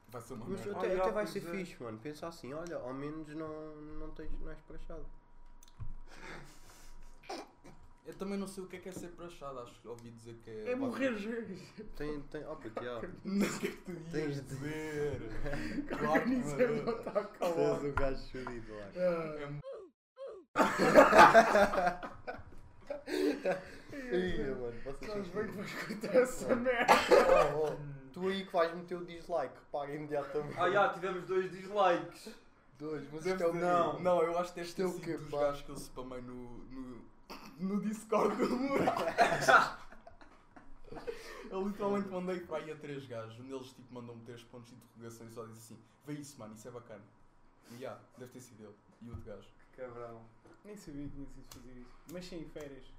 Speaker 4: Vai ser uma
Speaker 2: Mas
Speaker 4: merda.
Speaker 2: até,
Speaker 3: Ah, já,
Speaker 2: até vai
Speaker 3: pois
Speaker 2: ser
Speaker 3: é.
Speaker 2: fixe, mano. Pensa assim, olha, ao menos não, não, tens, não és prachado.
Speaker 4: Eu também não sei o que é que é ser prachado, acho que ouvi dizer que é.
Speaker 5: É morrer jogos.
Speaker 2: *laughs* Tem, tem, ó, puto, já.
Speaker 4: *laughs* Não sei o que é que tu ias
Speaker 2: Tens de-
Speaker 4: dizer.
Speaker 2: *laughs*
Speaker 5: Claro que isso é *laughs*
Speaker 4: mano.
Speaker 5: botar a
Speaker 2: Tu és
Speaker 5: calor.
Speaker 2: o gajo chudido lá.
Speaker 5: Ah,
Speaker 4: É
Speaker 2: Ih, mano, vocês
Speaker 5: Sabes bem que
Speaker 2: são
Speaker 5: vais cortar é essa merda.
Speaker 2: oh, oh, Tu aí que vais meter o dislike, repara imediatamente.
Speaker 3: Ah, já, tivemos dois dislikes.
Speaker 2: Dois, mas este
Speaker 4: Deve
Speaker 2: é o
Speaker 4: ser-
Speaker 2: não.
Speaker 4: Não, eu acho que
Speaker 2: Este
Speaker 4: este é
Speaker 2: é
Speaker 4: o
Speaker 2: o quê,
Speaker 4: dos
Speaker 2: pá?
Speaker 4: gajos que eu spamei no, no, no Discord do
Speaker 2: *laughs*
Speaker 4: Mural. eu literalmente mandei para aí a três gajos. Um deles tipo mandou-me três pontos de interrogação e só disse assim: Vê isso, mano, isso é bacana. E yeah, deve ter sido ele. E outro gajo.
Speaker 3: Cabrão.
Speaker 5: Nem sabia que tinha sido fazer isso. Mas sim, férias.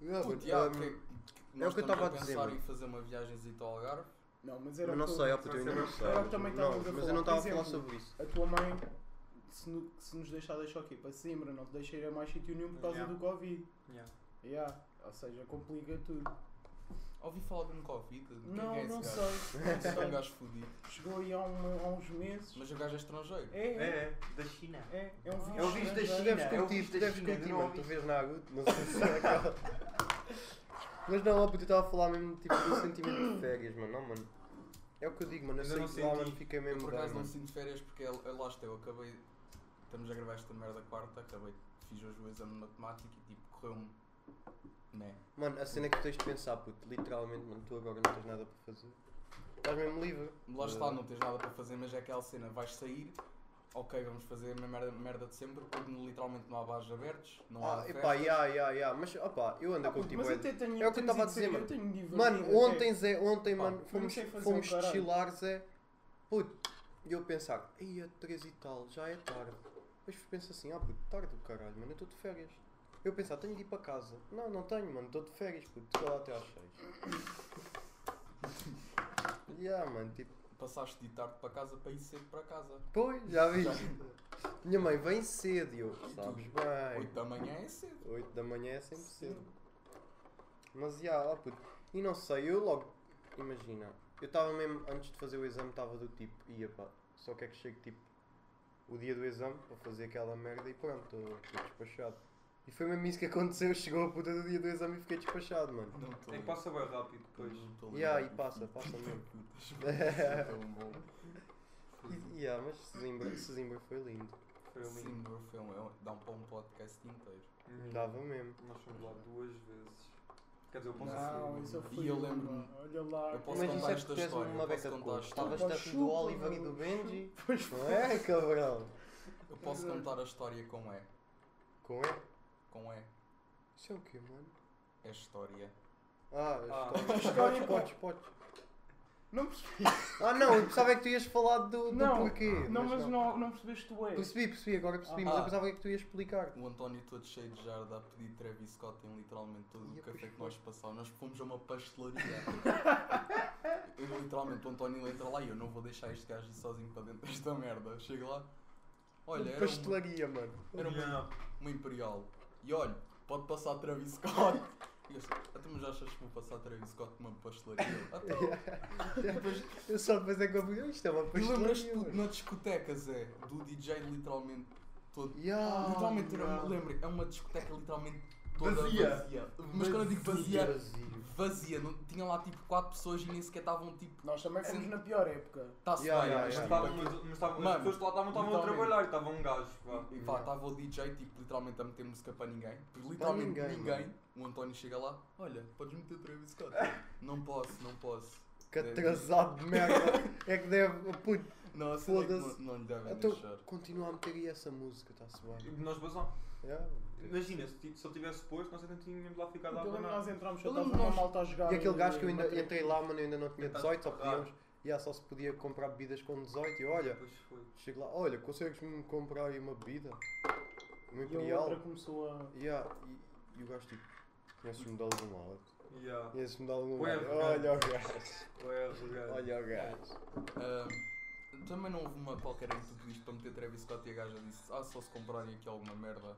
Speaker 2: Não,
Speaker 4: Puto,
Speaker 2: puto,
Speaker 4: yeah,
Speaker 2: um,
Speaker 4: que-
Speaker 2: é o que eu
Speaker 4: nós estamos
Speaker 2: tava
Speaker 4: a
Speaker 2: a dizer,
Speaker 4: pensar
Speaker 2: mano.
Speaker 4: em fazer uma viagem ao Algarve.
Speaker 5: Não, mas era
Speaker 2: eu
Speaker 5: o
Speaker 2: não
Speaker 5: que eu-
Speaker 2: sei, ó, puto, eu ainda não sei.
Speaker 3: Eu
Speaker 5: também
Speaker 2: Não,
Speaker 5: estávamos a
Speaker 2: mas
Speaker 5: falar.
Speaker 2: eu não estava a
Speaker 5: Por
Speaker 2: falar
Speaker 5: exemplo,
Speaker 2: sobre isso.
Speaker 5: A tua mãe, se, no- se nos deixar deixar aqui para Simbra, não te deixa ir a mais sítio nenhum por causa
Speaker 3: Yeah.
Speaker 5: do Covid.
Speaker 3: Yeah.
Speaker 5: Yeah. Ou seja, complica tudo.
Speaker 4: Ouvi falar de um Covid? De quem
Speaker 5: Não,
Speaker 4: é esse
Speaker 5: não
Speaker 4: gajo?
Speaker 5: sei. Não
Speaker 4: É um
Speaker 5: sei.
Speaker 4: gajo fudido.
Speaker 5: Chegou aí há, um- há uns meses.
Speaker 4: Mas o gajo é estrangeiro.
Speaker 5: É,
Speaker 3: É,
Speaker 5: é,
Speaker 3: é, da China.
Speaker 5: é. É um vírus.
Speaker 3: É o vírus da
Speaker 5: estrangeiro.
Speaker 3: China.
Speaker 2: Deves
Speaker 3: é o
Speaker 2: curtir,
Speaker 3: bicho da
Speaker 2: deves
Speaker 3: China,
Speaker 2: curtir,
Speaker 3: não
Speaker 2: mano.
Speaker 3: ouvi.
Speaker 2: Tu vês na agudo, não sei se é
Speaker 3: *laughs*
Speaker 2: aquela. Mas não, ó, puto, eu estava a falar mesmo tipo do sentimento de férias, mano. Não, mano. É o que eu digo, mano. Eu
Speaker 3: Ainda
Speaker 2: sei
Speaker 3: não
Speaker 2: que lá,
Speaker 3: senti.
Speaker 2: mano, fiquei
Speaker 4: Eu
Speaker 2: mesmo
Speaker 4: por
Speaker 2: bem,
Speaker 4: acaso não
Speaker 2: mano.
Speaker 4: sinto férias porque é, é lá está, eu acabei. Estamos a gravar esta merda quarta, acabei, fiz hoje o exame de matemática e tipo correu-me. Né?
Speaker 2: Mano, a cena que tu tens de pensar, puto, literalmente, mano, tu agora não tens nada para fazer. Estás mesmo livre.
Speaker 4: Lá está, não tens nada para fazer, mas é aquela cena, vais sair, ok, vamos fazer a mesma merda, merda de sempre, porque literalmente não há bares abertos, não há.
Speaker 2: Ah,
Speaker 4: festas.
Speaker 2: epá, ya, ya, ya. Mas, opá, eu ando
Speaker 5: Ah,
Speaker 2: a
Speaker 5: puto, Mas
Speaker 2: contigo.
Speaker 5: até tenho.
Speaker 2: É o que eu
Speaker 5: temos
Speaker 2: estava a
Speaker 5: ido
Speaker 2: dizer,
Speaker 5: sair,
Speaker 2: mano.
Speaker 5: eu tenho divertido até.
Speaker 2: Mano, ontem, Zé, ontem,
Speaker 4: Pá,
Speaker 2: mano, fomos,
Speaker 5: sei fazer
Speaker 2: fomos
Speaker 5: um caralho.
Speaker 2: deschilar, Zé. Puto, e eu pensar, ia três e tal, já é tarde. Depois penso assim, ah, puto, tarde do caralho, mano, eu estou de férias. Eu pensar, tenho de ir para casa. Não, não tenho, mano, estou de férias, puto, estou lá até às seis. *laughs* yeah, mano, tipo,
Speaker 4: Passaste de tarde para casa para ir cedo para casa.
Speaker 2: pois, já vi. Minha mãe vem cedo, e eu, sabes
Speaker 4: Oito
Speaker 2: bem.
Speaker 4: da manhã é cedo.
Speaker 2: 8 da manhã é sempre cedo. Mas já, ó puto. E não sei, eu logo. Imagina, eu estava mesmo, antes de fazer o exame, estava do tipo, ia pá, só que é que chego tipo o dia do exame para fazer aquela merda e pronto, estou despachado. E foi mesmo isso que aconteceu, chegou a puta do dia do exame e fiquei despachado, mano.
Speaker 4: Não estou
Speaker 3: É que passa bem rápido depois.
Speaker 2: E aí, passa, passa
Speaker 4: *laughs*
Speaker 2: mesmo. *laughs* E, yeah, mas Sesimbra, Sesimbra foi lindo.
Speaker 3: Foi ali.
Speaker 4: Sim, bro, foi um, é um- dá um para um podcast inteiro.
Speaker 3: Uhum.
Speaker 2: Dava mesmo.
Speaker 3: Nós fomos lá duas vezes. Quer dizer, o Ponce
Speaker 5: Não, isso
Speaker 4: E
Speaker 5: foi.
Speaker 4: eu
Speaker 5: uma-
Speaker 4: lembro-me.
Speaker 5: Olha lá.
Speaker 4: Eu posso
Speaker 5: Mas
Speaker 4: contar
Speaker 5: isso é-
Speaker 4: esta história,
Speaker 2: uma
Speaker 4: eu posso
Speaker 2: beca de
Speaker 4: contar a
Speaker 2: porco.
Speaker 4: história.
Speaker 2: Estavas tanto do Oliver e do Benji. Não é, cabrão?
Speaker 4: Eu posso contar a história com E.
Speaker 2: Com ele?
Speaker 4: Com E.
Speaker 2: Isso é o quê, mano?
Speaker 4: É história.
Speaker 2: Ah,
Speaker 3: Ah.
Speaker 2: ah.
Speaker 5: História,
Speaker 2: História,
Speaker 5: pô.
Speaker 2: podes, podes.
Speaker 5: Não percebi.
Speaker 2: Ah, não, eu pensava é que tu ias falar do, do
Speaker 5: Não,
Speaker 2: porquê.
Speaker 5: Não, mas não, não percebeste o E.
Speaker 2: Percebi, percebi, agora percebi,
Speaker 4: Ah.
Speaker 2: mas eu
Speaker 4: Ah.
Speaker 2: pensava que tu ias explicar.
Speaker 4: O António todo cheio de jarda a pedir Travis Scott em literalmente todo
Speaker 2: Ia,
Speaker 4: o café
Speaker 2: pois
Speaker 4: que nós passámos. Nós fomos a uma pastelaria. eu literalmente, o António entra lá e eu não vou deixar este gajo ir sozinho para dentro desta merda. Chego lá. Olha, era uma,
Speaker 2: Pastelaria, mano.
Speaker 4: era um uma, uma Imperial. E olha, pode passar Travis Scott. E eu assim, até mas achas que vou passar Travis Scott numa pastelaria? Eu, "Ah, tá."
Speaker 2: Eu só depois é que eu vi, isto é uma
Speaker 4: E lembras-te
Speaker 2: pastelaria.
Speaker 4: tudo
Speaker 2: mano.
Speaker 4: na discoteca, Zé? Do DJ literalmente todo
Speaker 2: Ya,
Speaker 4: Ah, Literalmente,
Speaker 2: ya.
Speaker 4: eu não me lembro, é uma discoteca literalmente toda
Speaker 3: Vazia.
Speaker 4: vazia. Mas quando eu digo vazia,
Speaker 2: Vazio.
Speaker 4: vazia, não, tinha lá tipo 4 pessoas e nem sequer estavam tipo,
Speaker 5: Nós também fomos na pior época.
Speaker 4: está-se
Speaker 2: Ya,
Speaker 4: bem,
Speaker 2: ya,
Speaker 4: mas
Speaker 2: ya.
Speaker 4: tipo,
Speaker 3: Estavam, mas, mas estavam, as
Speaker 4: Mano,
Speaker 3: pessoas lá estavam estavam a
Speaker 4: literalmente.
Speaker 3: trabalhar, estava um gajo. Vá.
Speaker 4: E pá, estava o DJ tipo, literalmente a meter música para ninguém, Pois, literalmente
Speaker 2: ninguém,
Speaker 4: ninguém, o António chega lá, olha, podes meter Travis Scott, não posso, não posso,
Speaker 2: Que atrasado de
Speaker 4: *laughs*
Speaker 2: merda. É que deve. Puto,
Speaker 4: não, assim é que não,
Speaker 2: Foda-se.
Speaker 4: não lhe devem
Speaker 2: então
Speaker 4: deixar.
Speaker 2: continua a meter aí essa música, está-se
Speaker 3: E
Speaker 2: bem.
Speaker 3: Nós basámos.
Speaker 2: Ya.
Speaker 3: Imagina, se, ti- se ele tivesse posto, nós ainda tínhamos lá ficado a
Speaker 2: Então
Speaker 5: Eu lembro que
Speaker 3: abanar.
Speaker 5: nós entramos, só
Speaker 4: Eu lembro
Speaker 5: estava uma
Speaker 4: nós-
Speaker 5: malta a jogar.
Speaker 2: E aquele gajo que eu ainda
Speaker 5: eh,
Speaker 2: entrei lá, mano, eu ainda não tinha
Speaker 3: Tá
Speaker 2: 18, só
Speaker 3: raro.
Speaker 2: podíamos. Ya, só se podia comprar bebidas com 18 e é- olha,
Speaker 3: Depois foi.
Speaker 2: chego lá, olha, consegues-me comprar aí uma bebida? Uma
Speaker 5: E a outra
Speaker 2: imperial?
Speaker 5: começou a.
Speaker 2: Yeah, e, e o gajo tipo, conheces-me de algum lado?
Speaker 3: Yeah.
Speaker 2: Conheces-me de algum
Speaker 3: Ué,
Speaker 2: lado?
Speaker 3: arrogante.
Speaker 2: Olha o gajo,
Speaker 4: *laughs*
Speaker 3: Ué, o gajo.
Speaker 2: olha o gajo.
Speaker 4: Ahm, também não houve uma qualquer em tudo isto para meter Travis Scott e a gaja disse, ah, só se comprarem aqui alguma merda.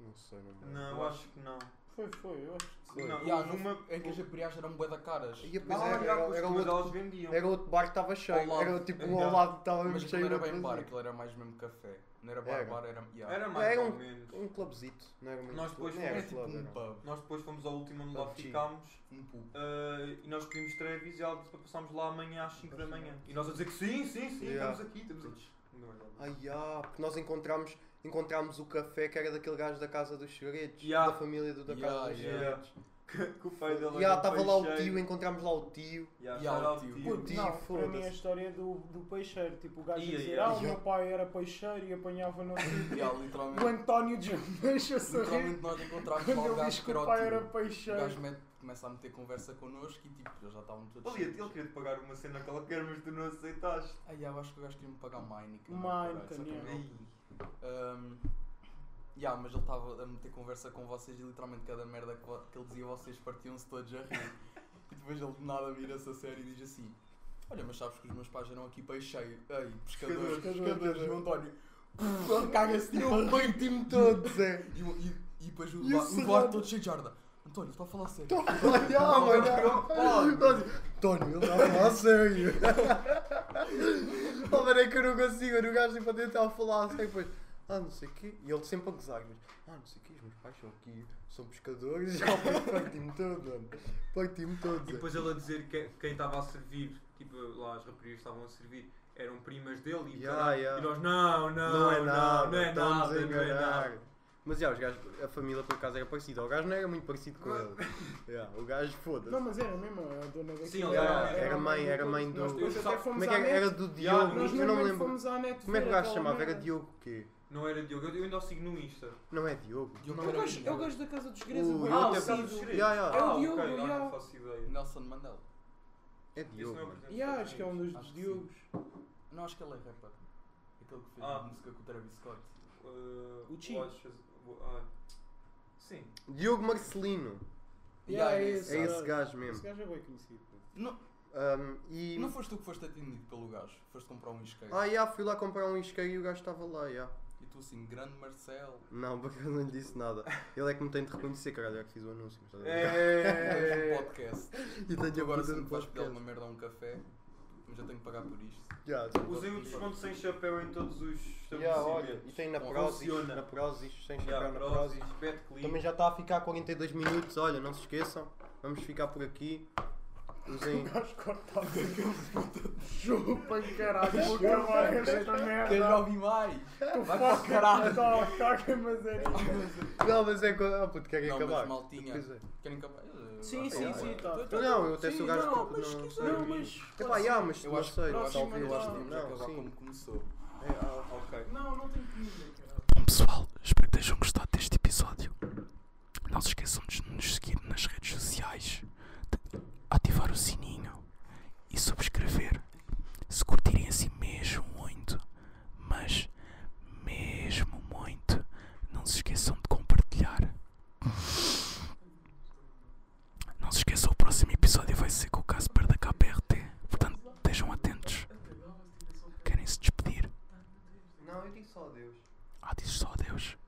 Speaker 2: Não sei, não me
Speaker 3: Não, eu acho que não.
Speaker 5: Foi, foi, eu acho que sim.
Speaker 2: Foi.
Speaker 3: Não,
Speaker 4: Ya,
Speaker 3: houve
Speaker 4: não-
Speaker 3: uma.
Speaker 4: Em que as imperiais eram bué da caras.
Speaker 2: E depois
Speaker 3: Ah,
Speaker 2: era,
Speaker 3: já,
Speaker 2: era,
Speaker 3: os
Speaker 2: era,
Speaker 3: que
Speaker 2: outro,
Speaker 3: elas vendiam.
Speaker 2: era outro bar que estava cheio,
Speaker 4: lado.
Speaker 2: era tipo um
Speaker 3: Yeah.
Speaker 2: ao lado que estava
Speaker 4: Mas
Speaker 2: mesmo
Speaker 4: aquilo
Speaker 2: cheio.
Speaker 4: era
Speaker 2: de
Speaker 4: bem bar,
Speaker 2: coisa.
Speaker 4: aquilo era mais mesmo café. Não era bar,
Speaker 2: Era.
Speaker 4: bar, era. yeah.
Speaker 3: Era mais
Speaker 2: Era
Speaker 3: ou
Speaker 2: um-
Speaker 3: menos.
Speaker 2: Um clubzito, não era muito
Speaker 3: Nós depois
Speaker 2: não
Speaker 4: Era
Speaker 2: era
Speaker 3: fomos-
Speaker 4: tipo
Speaker 2: club,
Speaker 4: um
Speaker 2: era.
Speaker 4: pub,
Speaker 3: Nós depois fomos ao último onde lá
Speaker 2: PUBG.
Speaker 3: ficámos.
Speaker 4: um pub.
Speaker 3: Uh, e nós pedimos Travis e ela disse para passarmos lá amanhã às 5 da manhã. E nós a dizer que sim, sim, sim,
Speaker 2: Yeah.
Speaker 3: estamos aqui, estamos aqui. Não é *laughs* nada.
Speaker 2: Ai, ah, porque nós encontramos, encontramos o café que era daquele gajo da Casa dos Segredos,
Speaker 3: Yeah.
Speaker 2: da família do da
Speaker 4: Yeah,
Speaker 2: Casa dos
Speaker 4: yeah.
Speaker 2: Segredos.
Speaker 3: Que, que o pai dele
Speaker 2: E
Speaker 3: era
Speaker 2: ah, estava lá o
Speaker 3: peixeiro.
Speaker 2: tio, encontramos lá o tio.
Speaker 3: Yeah,
Speaker 4: E
Speaker 3: shout
Speaker 4: há o
Speaker 3: out
Speaker 4: tio.
Speaker 5: Puto,
Speaker 2: Tio,
Speaker 5: não, para
Speaker 2: Tipo, foda-se.
Speaker 5: mim é a história do, do peixeiro, tipo o gajo
Speaker 3: Ia,
Speaker 5: a dizer,
Speaker 3: ia.
Speaker 5: ah, o
Speaker 2: Ia.
Speaker 5: meu pai era peixeiro e apanhava não sei o quê."
Speaker 4: E há
Speaker 5: *laughs* O
Speaker 4: literalmente,
Speaker 5: António desmancha a sorrir
Speaker 4: literalmente nós encontrávamos
Speaker 5: *laughs* quando
Speaker 4: lá o
Speaker 5: ele diz
Speaker 4: gajo
Speaker 5: que
Speaker 4: que era
Speaker 5: o
Speaker 4: o
Speaker 5: pai era
Speaker 4: tio. O gajo
Speaker 5: peixeiro.
Speaker 4: mete- começa a meter conversa connosco e tipo, eles já estavam todos.
Speaker 3: Ele, ele
Speaker 4: cheios.
Speaker 3: queria te pagar uma cena qualquer, mas tu não aceitaste.
Speaker 4: Ai, eu acho que o gajo queria me pagar uma Heineken.
Speaker 5: Uma
Speaker 4: caralho,
Speaker 5: Heineken,
Speaker 4: só que eu
Speaker 5: yeah.
Speaker 4: não pedi. Ahm, yeah, mas ele estava a meter conversa com vocês e literalmente cada merda que, vo- que ele dizia vocês partiam-se todos a rir. e depois ele de nada vira-se a sério e diz assim: Olha, mas sabes que os meus pais eram aqui peixeiro. Ei, pescadores,
Speaker 5: Pescadores,
Speaker 4: pescadores, e o
Speaker 5: pescadores.
Speaker 4: António. pff, Ele caga-se tipo a rir.
Speaker 2: Parti-me todo, Zé.
Speaker 4: E, o- e, e depois o,
Speaker 2: E o
Speaker 4: ba- o
Speaker 2: Serrano?
Speaker 4: bar todo cheio de jarda. António, estou a falar sério.
Speaker 2: Ah, mano, António, ele estava lá a sério. Oh, mano, é que eu não consigo, era o gajo tipo a tentar falar assim, depois. Ah, não sei o quê. E ele sempre a gozar, mas. Ah, não sei o quê, os meus pais são aqui, são pescadores. *laughs* Já parti-me todo, mano. Parti-me todo,
Speaker 3: E
Speaker 2: Zé.
Speaker 3: depois ele a dizer que quem estava a servir, tipo lá as raparigas estavam a servir, eram primas dele e,
Speaker 2: Ya,
Speaker 3: caralho.
Speaker 2: ya.
Speaker 3: e nós não, não, não é nada, não é
Speaker 2: estamos a
Speaker 3: nada, não é
Speaker 2: enganar.
Speaker 3: nada.
Speaker 2: Mas já, os gajos, a família por acaso era parecida. O gajo não era muito parecido com ele. Já, o gajo,
Speaker 5: Não,
Speaker 2: foda-se.
Speaker 5: mas era mesmo a dona daqui.
Speaker 3: Sim, ele
Speaker 2: era- era mãe, era mãe do-
Speaker 5: Nós depois até
Speaker 3: Como é
Speaker 2: Como
Speaker 5: fomos
Speaker 2: é que
Speaker 5: à
Speaker 2: era?
Speaker 5: net.
Speaker 2: Era do
Speaker 3: Yeah,
Speaker 2: Diogo,
Speaker 5: Nós
Speaker 2: eu não me
Speaker 5: normalmente
Speaker 2: lembro.
Speaker 5: fomos à net
Speaker 2: Como é que o gajo
Speaker 5: ver
Speaker 2: se
Speaker 5: aquela
Speaker 2: chamava? Era
Speaker 5: merda.
Speaker 2: Diogo o quê?
Speaker 3: Não era Diogo, eu, eu ainda o sigo no Insta.
Speaker 2: Não é Diogo?
Speaker 4: Diogo
Speaker 2: Não.
Speaker 5: É o
Speaker 4: Pereira
Speaker 5: gajo- É o
Speaker 4: Júnior.
Speaker 5: gajo da casa dos Greza.
Speaker 2: Ui,
Speaker 5: bué
Speaker 2: eu
Speaker 3: Ah, o
Speaker 2: até um-
Speaker 5: conhecido.
Speaker 3: Santos
Speaker 2: Ya, ya.
Speaker 3: Ah,
Speaker 5: É o Diogo,
Speaker 3: ok, não,
Speaker 5: ya.
Speaker 3: não faço ideia.
Speaker 4: Nelson Mandela.
Speaker 2: É
Speaker 3: Isso
Speaker 2: Diogo,
Speaker 3: não é
Speaker 2: mano.
Speaker 3: presente.
Speaker 5: Yeah, acho que é um dos
Speaker 4: Acho que
Speaker 5: Diogos.
Speaker 4: Não, acho que ele é rapper. Aquele que fez
Speaker 3: Ah.
Speaker 4: a música com o Travis Scott.
Speaker 3: Uh,
Speaker 5: O Chi.
Speaker 3: Watches- ah, Sim.
Speaker 2: Diogo Marcelino.
Speaker 5: Yeah,
Speaker 4: Yeah,
Speaker 5: é
Speaker 4: é
Speaker 5: esse
Speaker 2: É esse
Speaker 5: gajo.
Speaker 2: gajo
Speaker 5: Esse
Speaker 2: mesmo.
Speaker 5: gajo é bem conhecido.
Speaker 4: Não,
Speaker 2: Ahm, e.
Speaker 4: não foste tu que foste atendido pelo gajo. Foste comprar um isqueiro.
Speaker 2: Ah, já, fui lá comprar um isqueiro e o gajo estava lá, já.
Speaker 4: E tu assim, grande Marcelo.
Speaker 2: Não, *laughs* porque eu não lhe disse nada. Ele é que me tem de reconhecer, caralho, é que fiz o anúncio. mas tá bem.
Speaker 4: É um
Speaker 2: *laughs*
Speaker 3: É.
Speaker 4: podcast.
Speaker 2: E
Speaker 4: Tu
Speaker 2: tenho
Speaker 4: agora
Speaker 2: agora
Speaker 4: se
Speaker 2: tudo
Speaker 4: me
Speaker 2: para
Speaker 4: vais pedir alguma merda a um café, mas eu tenho que pagar por isto.
Speaker 2: Já,
Speaker 3: Usei o desconto sem chapéu em todos os
Speaker 2: já, olha.
Speaker 3: estabelecimentos.
Speaker 2: E tem na
Speaker 3: Bom,
Speaker 2: Prozis,
Speaker 3: funciona.
Speaker 2: na Prozis, sem
Speaker 3: Já,
Speaker 2: chegar na
Speaker 3: Prozis,
Speaker 2: Prozis.
Speaker 3: Betclic.
Speaker 2: Também já está a ficar 42 minutos, olha, não se esqueçam. Vamos ficar por aqui. Usem.
Speaker 5: O gajo cortava Chupa, caralho. Vou acabar esta
Speaker 4: Quem já
Speaker 5: merda.
Speaker 4: ouvi mais?
Speaker 5: Tu
Speaker 4: Vai para o
Speaker 5: foca,
Speaker 4: caralho.
Speaker 5: só caga, mas é
Speaker 2: Não, mas é quando. Ah, puto, querem
Speaker 4: Não, mas
Speaker 2: acabar.
Speaker 4: maltinha.
Speaker 2: Pois é.
Speaker 4: Querem acabar? Eu
Speaker 5: Sim,
Speaker 4: acho
Speaker 5: sim,
Speaker 4: que-
Speaker 5: sim, tá.
Speaker 2: Não,
Speaker 4: Então,
Speaker 2: não, eu até
Speaker 5: Sim,
Speaker 2: sou o gajo
Speaker 5: não,
Speaker 2: que
Speaker 5: mas
Speaker 2: não.
Speaker 5: quiser- Não, mas.
Speaker 2: Epá, yeah, mas
Speaker 4: Eu
Speaker 2: não
Speaker 4: acho,
Speaker 2: sei,
Speaker 4: eu acho,
Speaker 5: próxima
Speaker 4: eu acho que temos
Speaker 5: não.
Speaker 4: de
Speaker 2: Não,
Speaker 4: acabar
Speaker 2: sim.
Speaker 4: como começou.
Speaker 3: Ok.
Speaker 5: Não, não tenho comida, caralho.
Speaker 1: Bom pessoal, espero que tenham gostado deste episódio. Não se esqueçam de nos seguir nas redes sociais, de ativar o sininho e subscrever. Se curtirem assim mesmo muito, mas mesmo muito, não se esqueçam de compartilhar. Não se esqueçam, o próximo episódio vai ser com o Casper da KPRT. Portanto, estejam atentos. Querem se despedir?
Speaker 2: Não, eu digo só adeus.
Speaker 1: Ah, diz só adeus.